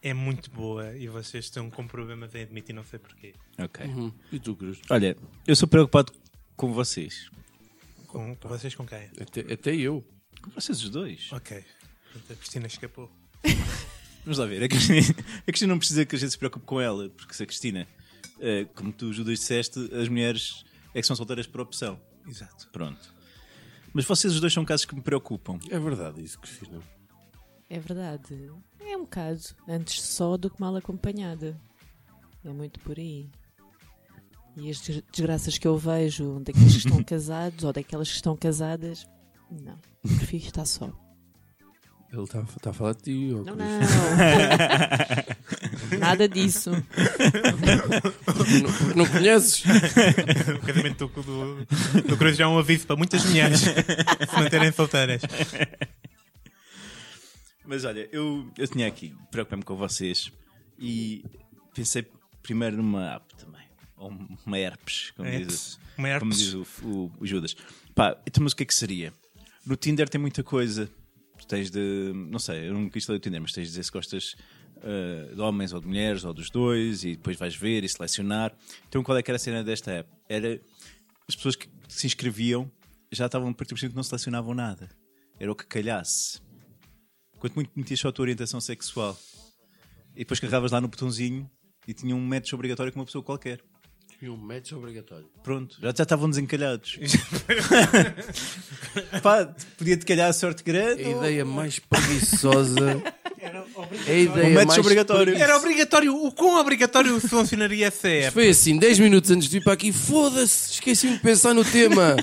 é muito boa e vocês um estão com problemas em admitir não sei porquê
Ok.
Hum, E tu, Cruz?
Olha, eu sou preocupado com vocês.
com, com vocês com quem
Até, até eu.
Com vocês os dois.
ok a Cristina escapou
Vamos lá ver. A Cristina, a Cristina não precisa que a gente se preocupe com ela, porque se a Cristina, eh, como tu, Judas, disseste, as mulheres é que são solteiras por opção.
exato
Pronto. Mas vocês os dois são casos que me preocupam.
É verdade isso, Cristina.
É verdade. É um bocado. Antes só do que mal acompanhada. É muito por aí. E as des- desgraças que eu vejo daqueles que estão casados ou daquelas que estão casadas, não. Prefiro estar só.
Ele está tá a falar de ti, ó,
Não,
Cruz.
não. Nada disso.
Não- porque não conheces?
O casamento do, do, do Cruz já é um aviso para muitas mulheres se manterem solteiras.
É Mas olha, eu, eu tinha aqui, preocupei-me com vocês e pensei primeiro numa app também. Ou uma herpes, como
É,
diz,
uma herpes.
como diz o, o- o Judas. Pá, então mas o que é que seria? No Tinder tem muita coisa. Tu tens de. Não sei, eu não quis ler o Tinder, mas tens de dizer se gostas ah, de homens ou de mulheres ou dos dois e depois vais ver e selecionar. Então qual é que era a cena desta app? Era. As pessoas que se inscreviam já estavam por que não selecionavam nada. Era o que calhasse. Quanto muito metias só a tua orientação sexual. E depois carregavas lá no botãozinho e tinha um match obrigatório com uma pessoa qualquer.
E um match obrigatório.
Pronto, já, já estavam desencalhados. Pá, podia te calhar a sorte
É A
grande. ou-
ideia mais preguiçosa. É a ideia
Um match
mais
obrigatório.
preguiçosa.
Era obrigatório, o quão obrigatório funcionaria essa app?
Foi assim, 10 minutos antes de ir para aqui, foda-se, esqueci-me de pensar no tema.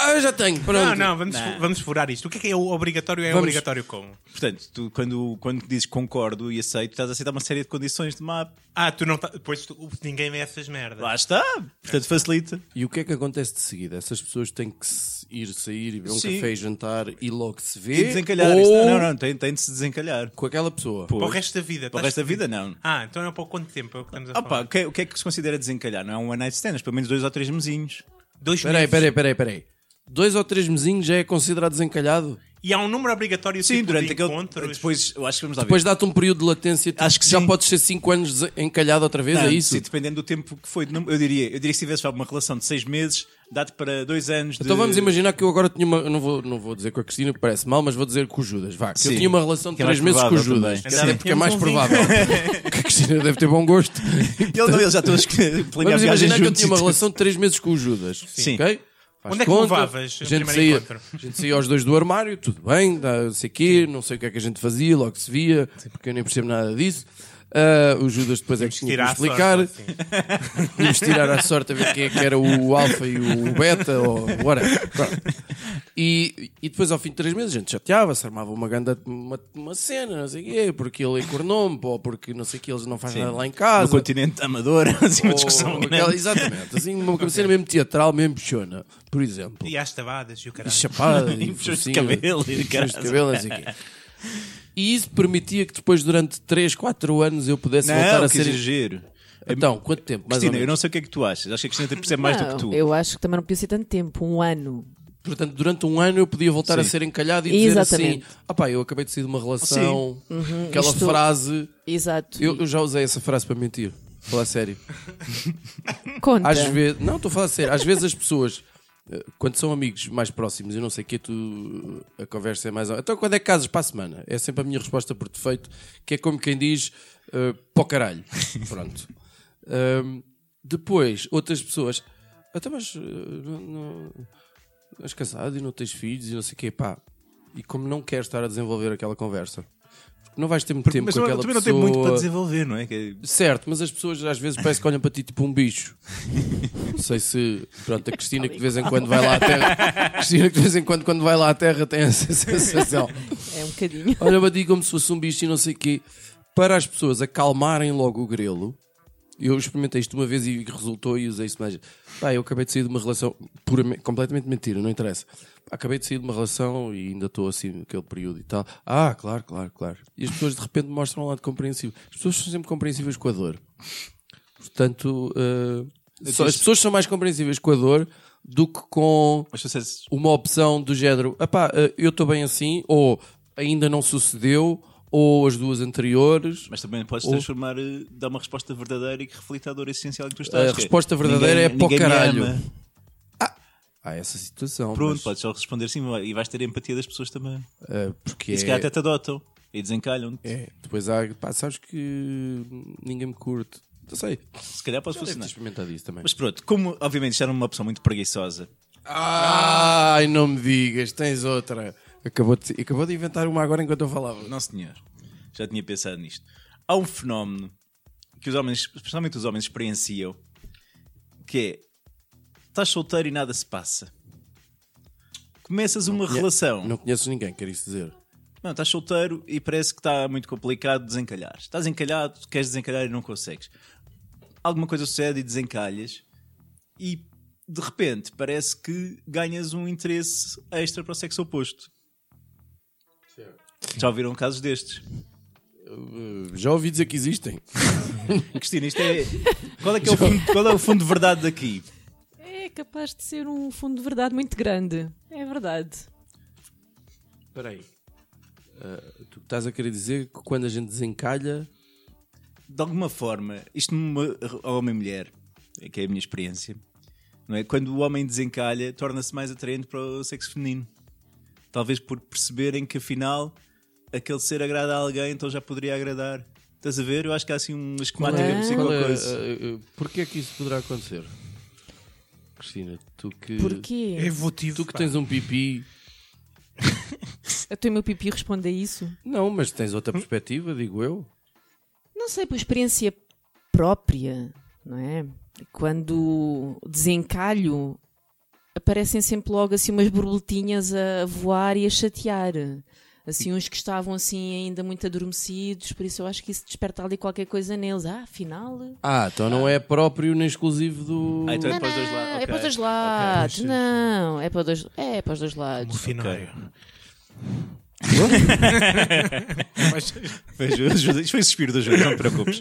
Ah, eu já tenho, pronto.
Não, não, vamos, vamos furar isto. O que é que é o obrigatório? É
Vamos.
obrigatório como?
Portanto, tu, quando, quando dizes concordo e aceito, estás a aceitar uma série de condições de mapa.
Ah, tu não tá, Pois tu- ninguém vê essas merdas.
Lá está. Portanto, facilita.
E o que é que acontece de seguida? Essas pessoas têm que se ir, sair, e beber um
Sim.
café e jantar e logo se
E
vê.
desencalhar.
ou
isto- Não, não, tem, tem de se desencalhar.
com aquela pessoa.
Para o
Pois.
resto da vida.
Para o
estás-
resto da vida, não.
Ah, então é para o quanto tempo? É o que estamos a
Ah, pá,
falar.
o, que, é- o que é que se considera desencalhar? Não é um one night stand, mas pelo menos dois ou três mesinhos.
Dois
Peraí,
meses.
Tá
peraí, peraí, peraí. Dois ou três mesinhos já é considerado desencalhado?
E há um número obrigatório
Sim,
tipo,
durante
de
aquele.
encontros.
Depois, eu acho que vamos lá ver.
Depois dá-te um período de latência. tipo,
Acho que
já
sim.
podes ser 5 anos encalhado outra vez, é
Tanto,
isso?
Sim, tipo dependendo do tempo que foi. de num- Eu diria, eu diria que se tivesse uma relação de seis meses, dá-te para dois anos de...
Então vamos imaginar que eu agora tinha uma. eu Não vou, não vou dizer com a Cristina, que parece mal, mas vou dizer com o Judas. Vá, que eu
Sim.
tinha uma relação de
Que é mais
3 meses com o
provável
Judas.
também.
Até
Sim.
porque é mais
Sim.
provável. que a Cristina deve ter bom gosto.
Ele, não, ele já estou a esque- planear viagens
Vamos imaginar que eu
juntos. tipo,
tinha uma
e tudo.
relação de 3 meses com o Judas.
Sim.
Ok? Faz
Onde é que
conta,
levavas
a
o
gente
primeiro
saía,
encontro?
a gente saía aos dois do armário, tudo bem, dá, não sei quê, não sei o que é que a gente fazia, logo se via, porque eu nem percebo nada disso. Ah, o Judas depois é que tinha que me
tirar a sorte,
explicar.
assim.
Íamos tirar à sorte a ver quem é que era o alfa e o beta ou whatever. Pronto. E, e depois, ao fim de três meses, a gente chateava-se, armava uma, ganda, uma, uma cena, não sei o quê, porque ele encornou-me, ou porque não sei o quê, eles não fazem
Sim.
nada lá em
No
casa. Oh,
continente amador, assim, uma
ou
discussão
aquela-
grande.
exatamente, assim, uma cena mesmo teatral, mesmo bichona, por exemplo.
E às tabadas e o caralho.
E
é
chapada, e
E puxões de
focinho,
cabelo, e
puxões de
caralho.
cabelo, não sei o quê. E isso permitia que depois, durante 3, 4 anos, eu pudesse voltar
Não,
a
que
ser.
exagero.
Então, quanto tempo? Mais ou
Cristina, eu
menos?
não sei o que é que tu achas. Acho que a Cristina te percebe mais do que
Não,
tu.
Eu acho que também não podia ser tanto tempo, um ano.
Portanto, durante um ano eu podia voltar a ser encalhado e dizer
Exatamente. Uhum.
assim: ah pá, eu acabei de sair de uma relação. Aquela
Isto-
frase.
Exato.
Eu, eu já usei essa frase para mentir. Falar sério.
Conta.
Às vezes. Não, estou a falar sério. Às vezes as pessoas. eh, Quando são amigos mais próximos, eu não sei o que tu a conversa é mais. Então, quando é que casas para a semana? É sempre a minha resposta por defeito, que é como quem diz eh, para o caralho. Pronto. Ahm, depois, outras pessoas. Até mas eh, não, não- és casado e não tens filhos e não sei o quê, pá. E como não queres estar a desenvolver aquela conversa, porque não vais ter muito tempo
Mas
com
eu
aquela
também não
pessoa.
tenho muito para desenvolver, não é? Que
Certo, mas as pessoas às vezes parece que olham para ti tipo um bicho. Não sei se. Pronto, a Cristina que de vez em quando vai lá à terra. Cristina que de vez em quando, quando vai lá à terra, tem essa sensação.
É um bocadinho.
Olha para ti como se fosse um bicho e não sei o quê. Para as pessoas acalmarem logo o grelo, eu experimentei isto uma vez e resultou e usei isso mais. Pá, eu acabei de sair de uma relação puramente, completamente mentira, não interessa. Acabei de sair de uma relação e ainda estou assim naquele período e tal. Ah, claro, claro, claro. E as pessoas de repente mostram um lado compreensivo. As pessoas são sempre compreensíveis com a dor. Portanto, eh, só- as pessoas são mais compreensíveis com a dor do que com
Mas vocês...
uma opção do género, "Epá, eh, eu estou bem assim, ou ainda não sucedeu, ou as duas anteriores.
Mas também podes
Ou-
transformar, eh, dar uma resposta verdadeira e que reflita a dor essencial que tu
A
estás. que é,
resposta verdadeira é
ninguém-
pó
ninguém me
caralho.
ama.
Há essa situação.
Pronto,
mas,
podes só responder sim e vais ter a empatia das pessoas também.
eh, porque
E se calhar até
é,
te adotam e desencalham.
é, depois há, pá, sabes que ninguém me curte. Não sei.
Se calhar pode
Deve ter
funcionar.
experimentado isso também.
Mas pronto, como obviamente já era uma pessoa muito preguiçosa,
Ai, não me digas, tens outra. Acabou de, acabou de inventar uma agora enquanto eu falava.
não senhor, já tinha pensado nisto. Há um fenómeno que os homens, especialmente os homens, experienciam, que é estás solteiro e nada se passa. Começas uma relação.
Não é conheço ninguém, quero isso dizer.
Não, estás solteiro e parece que está muito complicado desencalhar. Estás encalhado, queres desencalhar e não consegues. Alguma coisa sucede e desencalhas e de repente parece que ganhas um interesse extra para o sexo oposto. Já ouviram casos destes?
Eh, Já ouvi dizer que existem.
Cristina, isto é. Qual é, que é o fundo, qual é o fundo de verdade daqui?
É capaz de ser um fundo de verdade muito grande. É verdade.
Espera aí. Eh, tu estás a querer dizer que quando a gente desencalha.
de alguma forma, isto numa homem e mulher, é que é a minha experiência, não é? Quando o homem desencalha, torna-se mais atraente para o sexo feminino. Talvez por perceberem que afinal aquele ser agrada a alguém, então já poderia agradar. Estás a ver? Eu acho que há assim uma esquemática,
Qual é?
assim,
Qual
qualquer
é,
coisa.
eh, eh, porquê é que isso poderá acontecer? Cristina, tu que.
Porquê?
É votivo.
Tu que
pá.
tens um pipi.
Eu tenho o meu pipi responde a isso?
Não, mas tens outra perspectiva, digo eu.
Não sei, por experiência própria, não é? Quando desencalho, aparecem sempre logo assim umas borboletinhas a voar e a chatear. Assim, uns que estavam assim ainda muito adormecidos, por isso eu acho que isso desperta ali qualquer coisa neles. Ah, afinal...
Ah, então não é próprio nem exclusivo do.
Ah, então é
Não,
para os dois
não,
lados.
é
ok.
para os dois lados. Não, é para, os dois, é para os dois
Um
lados.
finário.
então
Mas-
Vejo, ajuda. Isto foi o suspiro da ajuda, não te preocupes.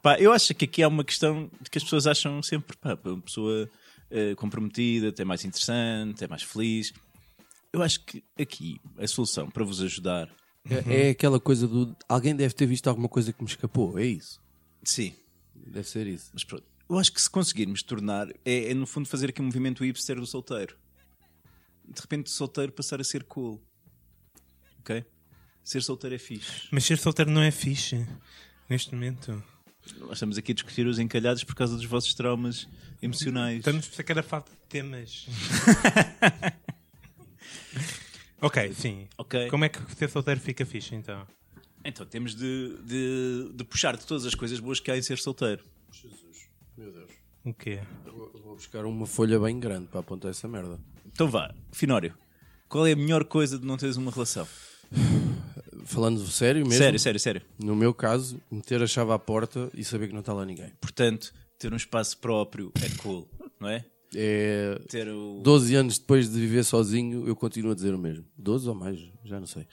Pá, eu acho que aqui há uma questão de que as pessoas acham sempre pá, uma pessoa eh, comprometida, até mais interessante, é mais feliz. Eu acho que aqui a solução para vos ajudar.
É, é aquela coisa do. Alguém deve ter visto alguma coisa que me escapou, é isso.
Sim,
Deve ser isso.
mas pronto. Eu acho que se conseguirmos tornar. É, é, no fundo fazer aqui um movimento hipster do solteiro. De repente, solteiro passar a ser cool. Ok? Ser solteiro é fixe.
Mas ser solteiro não é fixe neste momento.
Nós estamos aqui a discutir os encalhados por causa dos vossos traumas emocionais.
Estamos por sacar a falta de temas. ok, sim.
Ok.
Como é que ser solteiro fica fixe então?
Então temos de, de- de puxar de todas as coisas boas que há em ser solteiro.
Meu Deus.
O quê?
Vou vou buscar uma folha bem grande para apontar essa merda.
Então vá, Finório, qual é a melhor coisa de não teres uma relação?
Falando sério mesmo,
Sério, sério, sério.
no meu caso, meter a chave à porta e saber que não está lá ninguém.
Portanto, ter um espaço próprio é cool, não é?
É,
Ter o.
12 anos depois de viver sozinho, eu continuo a dizer o mesmo. 12 ou mais, já não sei.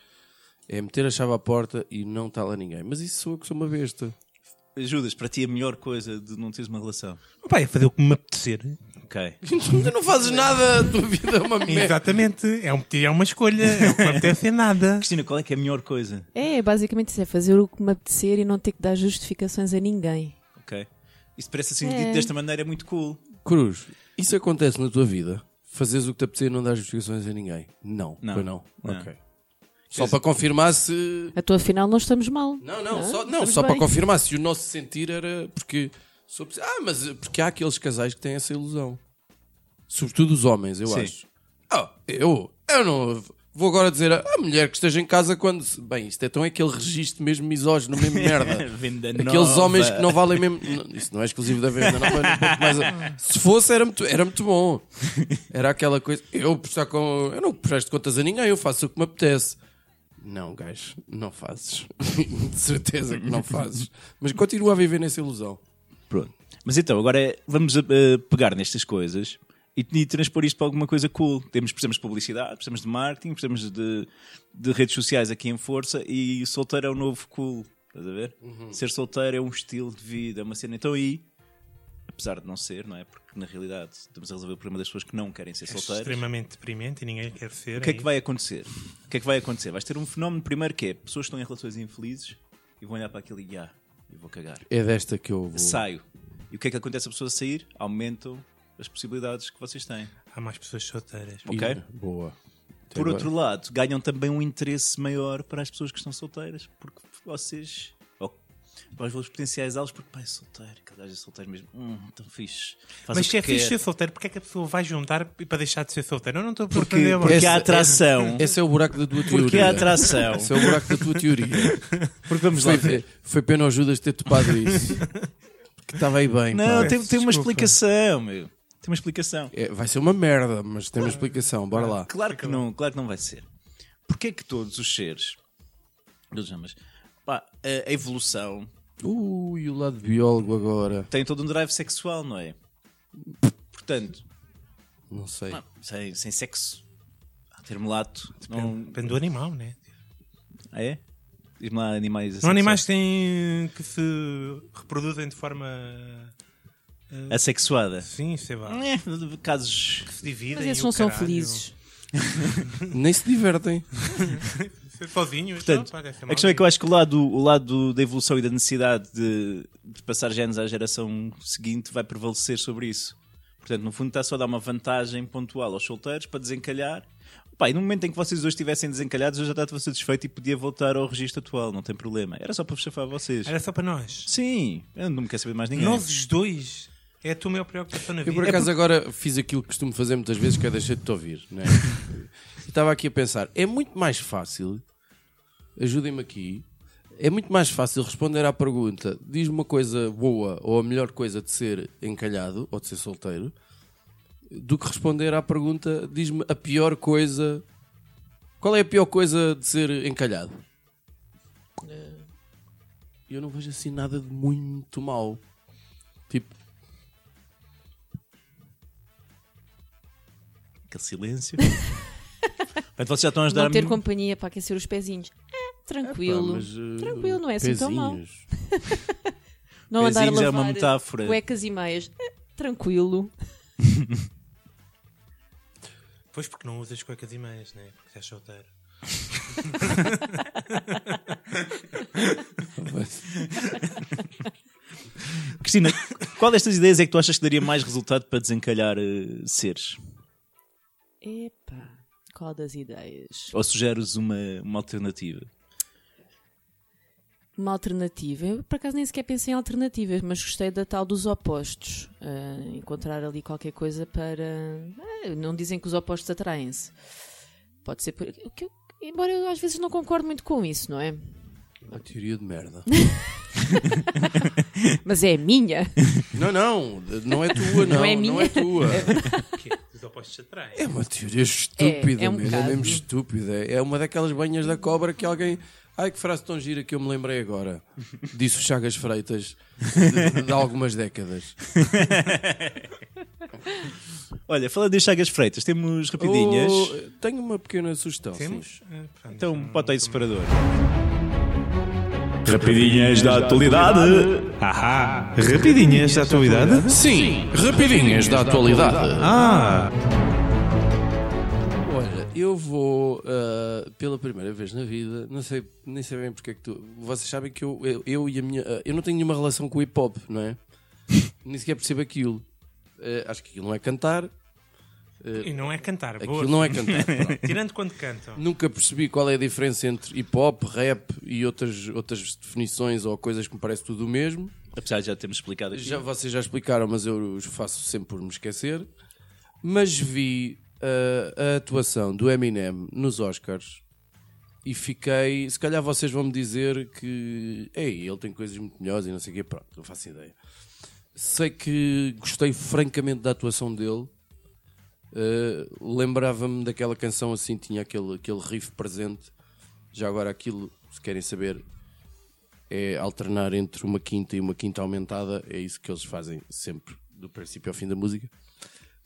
É meter a chave à porta e não está lá ninguém. Mas isso sou eu que sou uma besta.
Ajudas, para ti a melhor coisa de não teres uma relação.
Opa, é fazer o que me apetecer.
Ok.
tu não fazes nada, a tua vida é uma merda.
Exatamente. É, um, é uma escolha. É o que me apetece é nada.
Cristina, qual é que é a melhor coisa?
É, basicamente isso é fazer o que me apetecer e não ter que dar justificações a ninguém.
Ok. Isso parece assim,
É.
dito desta maneira, é muito cool.
Cruz, isso acontece na tua vida? Fazes o que te apetecer e não dás justificações a ninguém? Não.
Não.
Pois não.
Não.
Ok. Só para confirmar se.
Então afinal não estamos mal.
Não, não,
Ah,
só, não,
estamos
só para
bem.
confirmar se o nosso sentir era porque. sou pessoa- Ah, mas eh, porque há aqueles casais que têm essa ilusão. Sobretudo os homens, eu
Sim.
acho. Ah, eu? Eu não. Vou agora dizer a a mulher que esteja em casa quando. se- Bem, isto é tão aquele registro mesmo misógino, mesmo merda.
Venda
Aqueles
nova.
homens que não valem mesmo. Não, Isso não é exclusivo da venda, não valem pouco, mas eh, se fosse era muito, era muito bom. Era aquela coisa. Eu, prestar com, eu não presto contas a ninguém, eu faço o que me apetece. Não, gajo, não fazes. De certeza que não fazes. Mas continua a viver nessa ilusão.
Pronto. Mas então, agora é- vamos eh, pegar nestas coisas e, e transpor isto para alguma coisa cool. Temos, precisamos de publicidade, precisamos de marketing, precisamos de, de redes sociais aqui em força e solteiro é o novo cool. Estás a ver? Ser solteiro é um estilo de vida, é uma cena. Então aí, apesar de não ser, não é? Porque na realidade estamos a resolver o problema das pessoas que não querem ser
É
solteiras.
extremamente deprimente e ninguém quer ser.
O que é que vai acontecer? O que é que vai acontecer? Vais ter um fenómeno primeiro que é pessoas que estão em relações infelizes e vão olhar para aquilo e ah, eu vou cagar
É desta que eu vou.
saio. E o que é que acontece a pessoa sair? Aumentam as possibilidades que vocês têm.
Há mais pessoas solteiras.
E-
Ok?
Boa. Até
Por
agora.
outro lado, ganham também um interesse maior para as pessoas que estão solteiras, porque vocês. ou Para os vossos potenciais alvos, porque pá, é solteiro, cada gajo é solteiro mesmo. Hum, tão fixe. Faz
Mas
o
se é
que
fixe
quer.
ser solteiro, porque é que a pessoa vai juntar e para deixar de ser solteiro? Eu não estou a
Porque,
perceber. é
porque
Esse-
há atração.
Esse é o buraco da tua teoria.
Porque há atração.
Esse é o buraco da tua teoria.
Porque vamos lá
Foi,
ver.
foi pena ao Judas ter topado isso. Porque estava aí bem.
Não,
pá.
tem, tem uma
desculpa.
explicação, meu. Tem uma explicação.
É, vai ser uma merda, mas tem uma explicação. Bora lá.
Claro que não, claro que não vai ser. Porquê é que todos os seres. Todos não, mas. Pá, a- a evolução
Ui, o lado biólogo agora.
tem todo um drive sexual, não é? Portanto,
Não sei.
pá, sem, sem sexo, há termo lato, não
Depende do animal, né?
Ah, é? Diz-me lá animais
Não há
assexuados.
animais que, têm, que se reproduzem de forma.
assexuada.
Sim, sei lá.
É, casos.
Que se dividem.
Mas
e
esses
o
não são
caralho.
felizes.
Nem se divertem.
Ser Sozinhos.
Portanto,
não, pá, deve ser
a
mal
questão é que eu
visto.
acho que o lado, o lado da evolução e da necessidade de, de passar genes à geração seguinte vai prevalecer sobre isso. Portanto, no fundo, está só a dar uma vantagem pontual aos solteiros para desencalhar. Pá, e no momento em que vocês hoje estivessem desencalhados, eu já estava satisfeito e podia voltar ao registro atual, não tem problema. Era só para chafar vocês.
Era só para nós.
Sim, eu não me quero saber de mais ninguém.
Nós os dois. É a tua maior preocupação na vida. É
Eu por acaso agora fiz aquilo que costumo fazer muitas vezes, que é deixar de te ouvir. Né? E Estava aqui a pensar, é muito mais fácil, ajudem-me aqui, é muito mais fácil responder à pergunta, diz uma coisa boa ou a melhor coisa de ser encalhado ou de ser solteiro, do que responder à pergunta, diz-me a pior coisa, qual é a pior coisa de ser encalhado? Eu não vejo assim nada de muito mal. Tipo,
Aquele silêncio. Portanto, vocês já estão a ajudar
Não ter
a mim.
companhia para aquecer os pezinhos. É, tranquilo.
Pá, mas, eh,
tranquilo, não é assim tão mal.
pezinhos.
Não andar a
Pezinhos
lavar
é uma metáfora.
cuecas e meias. É, tranquilo.
Pois porque não usas cuecas e meias, né? Porque és solteiro.
Cristina, qual destas ideias é que tu achas que daria mais resultado para desencalhar eh, seres?
Epá, qual das ideias?
Ou sugeres uma, uma alternativa?
Uma alternativa. Eu, por acaso, nem sequer pensei em alternativas, mas gostei da tal dos opostos. Ah, encontrar ali qualquer coisa para. Ah, não dizem que os opostos atraem-se. Pode ser por. o que eu- Embora eu às vezes não concordo muito com isso, não é?
Uma teoria de merda.
Mas é a minha.
não, não, não é tua, não.
Não
Não
é
é,
minha.
tua.
Porque os opostos se atraem.
É uma teoria estúpida,
É, é
é,
um
é
bocado.
mesmo estúpida. É uma daquelas banhas da cobra que alguém. Ai, que frase tão gira que eu me lembrei agora. Disse o Chagas Freitas de, de algumas décadas.
Olha, falando em Chagas Freitas, temos rapidinhas.
Oh, tenho uma pequena sugestão.
Temos?
sim.
Ah, pronto,
Então, bota aí o separador.
Rapidinhas da atualidade. Ahá. Rapidinhas da atualidade?
Sim, rapidinhas da atualidade.
Ah.
Olha, eu vou ah, pela primeira vez na vida, não sei, nem sei bem porque é que tu. Vocês sabem que eu, eu, eu e a minha. ah, eu não tenho nenhuma relação com o hip hop, não é? nem sequer percebo aquilo. Ah, acho que aquilo não é cantar,
E não é cantar. Boa.
aquilo não é cantar. pronto.
Tirando quando cantam.
Nunca percebi qual é a diferença entre hip hop, rap e outras, outras definições ou coisas que me parece tudo o mesmo.
Apesar de já termos explicado aqui.
Já, vocês já explicaram, mas eu os faço sempre por me esquecer. Mas vi ah, a atuação do Eminem nos Oscars e fiquei. Se calhar vocês vão me dizer que. Ei, ele tem coisas muito melhores e não sei o quê. Pronto, não faço ideia. Sei que gostei francamente da atuação dele. Ah, Lembrava-me daquela canção assim, tinha aquele, aquele riff presente. Já agora, aquilo, se querem saber, é alternar entre uma quinta e uma quinta aumentada. É isso que eles fazem sempre, do princípio ao fim da música.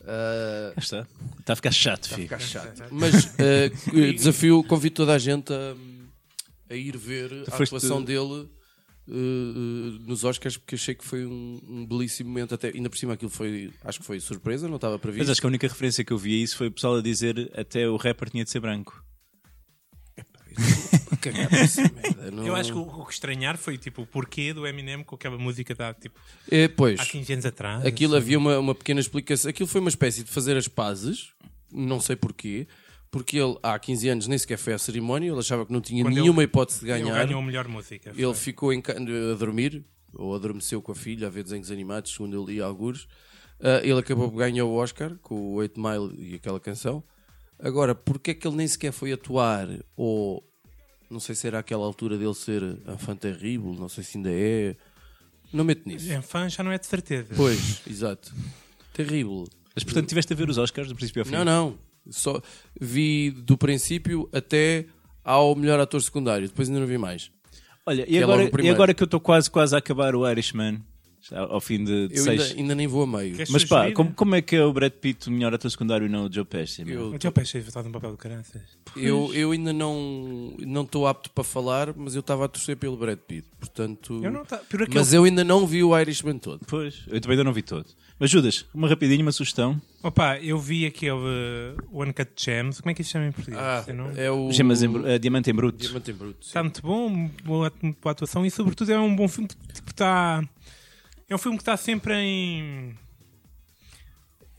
Ah,
Cá está. Está a ficar chato, filho.
mas eh, que- desafio, convido toda a gente a, a ir ver a
foste-
atuação dele eh, eh, nos Oscars, porque achei que foi um, um belíssimo momento. Até, ainda por cima, aquilo foi, acho que foi surpresa, não estava
Mas
previsto.
acho que a única referência que eu vi a isso foi o pessoal a dizer até o rapper tinha de ser branco.
Cagar para essa merda, não-
Eu acho que o, o que estranhar foi tipo o porquê do Eminem com aquela música da, tipo,
É, pois.
há 15 anos atrás.
Aquilo havia uma, uma pequena explicação. Aquilo foi uma espécie de fazer as pazes, não sei porquê, porque ele há 15 anos nem sequer foi à cerimónia, ele achava que não tinha
Quando ele- um
nenhuma hipótese de
Ele
ganhar.
ganhou a melhor música.
é Ele ficou em ca- a dormir, ou adormeceu com a filha, a ver desenhos animados, segundo eu li alguns. Ah, ele acabou por ganhar o Oscar com o 8 Mile e aquela canção. Agora, porque é que ele nem sequer foi atuar? Ou não sei se era aquela altura dele ser enfant terrível, não sei se ainda é. Não meto nisso.
Em fã já não é de certeza.
Pois, exato. Terrível.
Mas portanto tiveste a ver os Oscars do princípio ao fim.
Não, não. Só vi do princípio até ao melhor ator secundário. Depois ainda não vi mais.
Olha, e
é logo
agora,
o
e
primeiro.
agora que eu estou quase, quase a acabar o Irishman, já ao fim de, de
Eu
seis.
ainda, ainda nem vou a meio.
Queres
Mas pá,
sugerir?
como, como é que é o Brad Pitt o melhor ator secundário e não o Joe Pesci? meu?
Eu-
O teu peixe é votado no papel do caraças.
Eu, eu ainda não não estou apto para falar, mas eu estava a torcer pelo Brad Pitt, portanto.
Eu não tá- por aquele-
Mas eu ainda não vi o Irishman todo.
Pois, eu também ainda não vi todo. Mas Judas, uma rapidinha, uma sugestão.
Opa, eu vi aquele uh, One Cut Gems. Como é que isto se chama em português?
Ah,
Eu não-
é o
Gemas em, bru- eh, Diamante em Bruto.
Diamante em Bruto. sim.
Está muito bom, um boa, muito boa atuação e sobretudo é um bom filme que tipo, está. É um filme que está sempre em.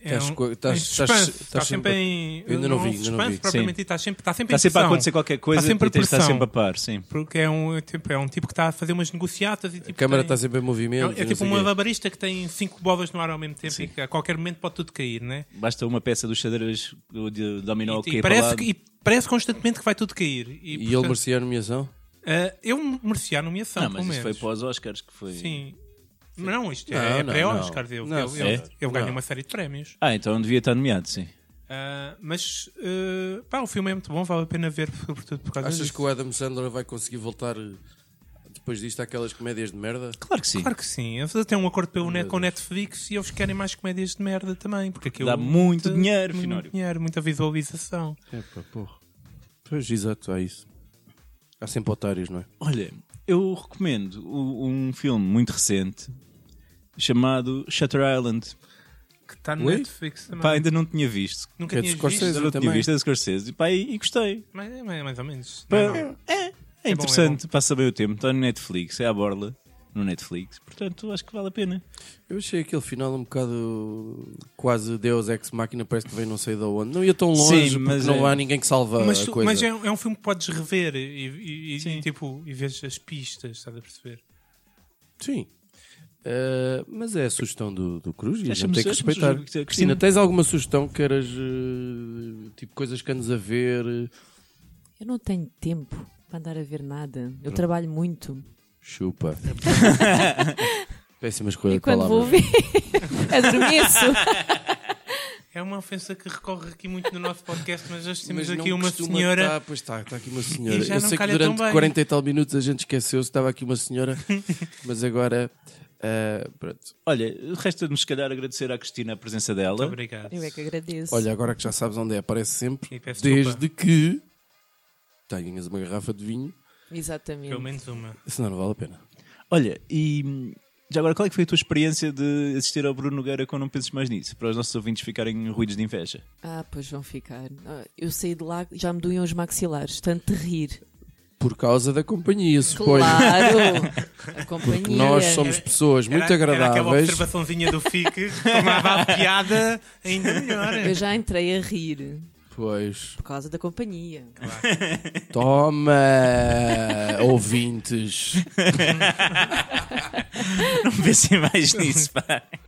é
Estás
um-
co- estás- estás-
em suspense.
estás
Está sempre
sempre-
em.
Eu ainda não vi,
é um
ainda não
suspense
vi.
propriamente
Sim.
dito, está sempre, está sempre em
Está sempre a
pressão.
acontecer qualquer coisa
Está sempre
e tens de estar
pressão.
sempre a par, sim.
Porque é um, é tipo, é um tipo que está a fazer umas negociatas e tipo.
A câmara tá
tem-
está sempre em movimento.
É, é
não
tipo
sei
uma
quê.
labarista que tem cinco bolas no ar ao mesmo tempo e que a qualquer momento pode tudo cair, né?
Basta uma peça dos xadrez do de dominó
E,
que é
e,
para
parece
lá.
que, e parece constantemente que vai tudo cair. E,
E ele
portanto,
merecia a nomeação?
ah, eu merecia a nomeação,
Não,
pelo
mas isso foi
menos.
para os Oscars que foi.
Sim. Não, isto
Não,
é, é
não,
pré-Oscar.
não.
Ele,
Não,
ele,
sim.
ele- ele ganha
Não.
uma série de prémios.
Ah, então devia estar nomeado, sim.
Ah, mas eh, pá, o filme é muito bom, vale a pena ver, sobretudo por causa
Achas
disso.
que o Adam Sandler vai conseguir voltar eh, depois disto àquelas comédias de merda?
Claro que sim.
Claro que sim. Eles têm um acordo pelo net, com o Netflix e eles querem mais comédias de merda também. Porque aquilo é
Dá muito dinheiro,
muito
Finório.
dinheiro, muita visualização.
É pá, porra. Pois, exato, há isso. Há sempre otários, não é?
Olha, eu recomendo o- um filme muito recente chamado Shutter Island.
que está no
Ui.
Netflix também.
Pá, ainda não tinha visto.
que
Nunca
é de
tinhas
Scorsese.
visto.
Ainda não tinha
também.
visto a do Scorsese. E, pá, e, e gostei.
Mas é mais, mais ou menos.
Pá,
Não, não.
É, é,
é
interessante, passa bem o tempo. Está no Netflix, é à borla no Netflix. Portanto, acho que vale a pena.
Eu achei aquele final um bocado quase Deus Ex Máquina, parece que veio não sei de onde. Não ia tão longe,
Sim, mas
mas não
é-
há ninguém que salva
Mas,
a
tu-
coisa.
mas é, um- é um filme que podes rever e, e- e-
Sim.
tipo, e vês as pistas, estás a perceber?
Sim. Eh, mas é a sugestão do, do Cruz e a gente
Achamos-
tem que
achamos-
respeitar.
Cristina,
Cristina, tens alguma sugestão que queiras, eh, tipo, coisas que andes a ver? eh,
Eu não tenho tempo para andar a ver nada. Eu trabalho muito.
Chupa. Péssima escolha
E
de
quando vou
palavras.
ver, adormeço.
É uma ofensa que recorre aqui muito no nosso podcast, mas hoje temos
Mas não
aqui uma
costuma
senhora.
estar- pois está, está aqui uma senhora.
E já
Eu
não
sei que
calha tão
durante
bem.
40 e tal minutos a gente esqueceu se estava aqui uma senhora, mas agora. eh, pronto.
Olha, resta-nos, se calhar, agradecer à Cristina a presença dela.
Obrigado.
Eu é que agradeço.
Olha, agora que já sabes onde é, aparece sempre.
E peço
desde
desculpa.
que tenhas uma garrafa de vinho,
Pelo
Exatamente.
menos uma.
senão não vale a pena.
Olha, e hum, já agora, qual é que foi a tua experiência de assistir ao Bruno Nogueira com Não Penses Mais Nisso? Para os nossos ouvintes ficarem ruídos de inveja.
Ah, pois vão ficar. Ah, Eu saí de lá, já me doiam os maxilares, tanto de rir.
Por causa da companhia, suponho.
Claro! A companhia.
Porque nós somos pessoas
Era-
muito
Era aquela
agradáveis.
observaçãozinha do FIC que tomava a piada ainda melhor. é.
Eu já entrei a rir
Pois.
por causa da companhia.
Toma, ouvintes.
Não pensem mais nisso, pá.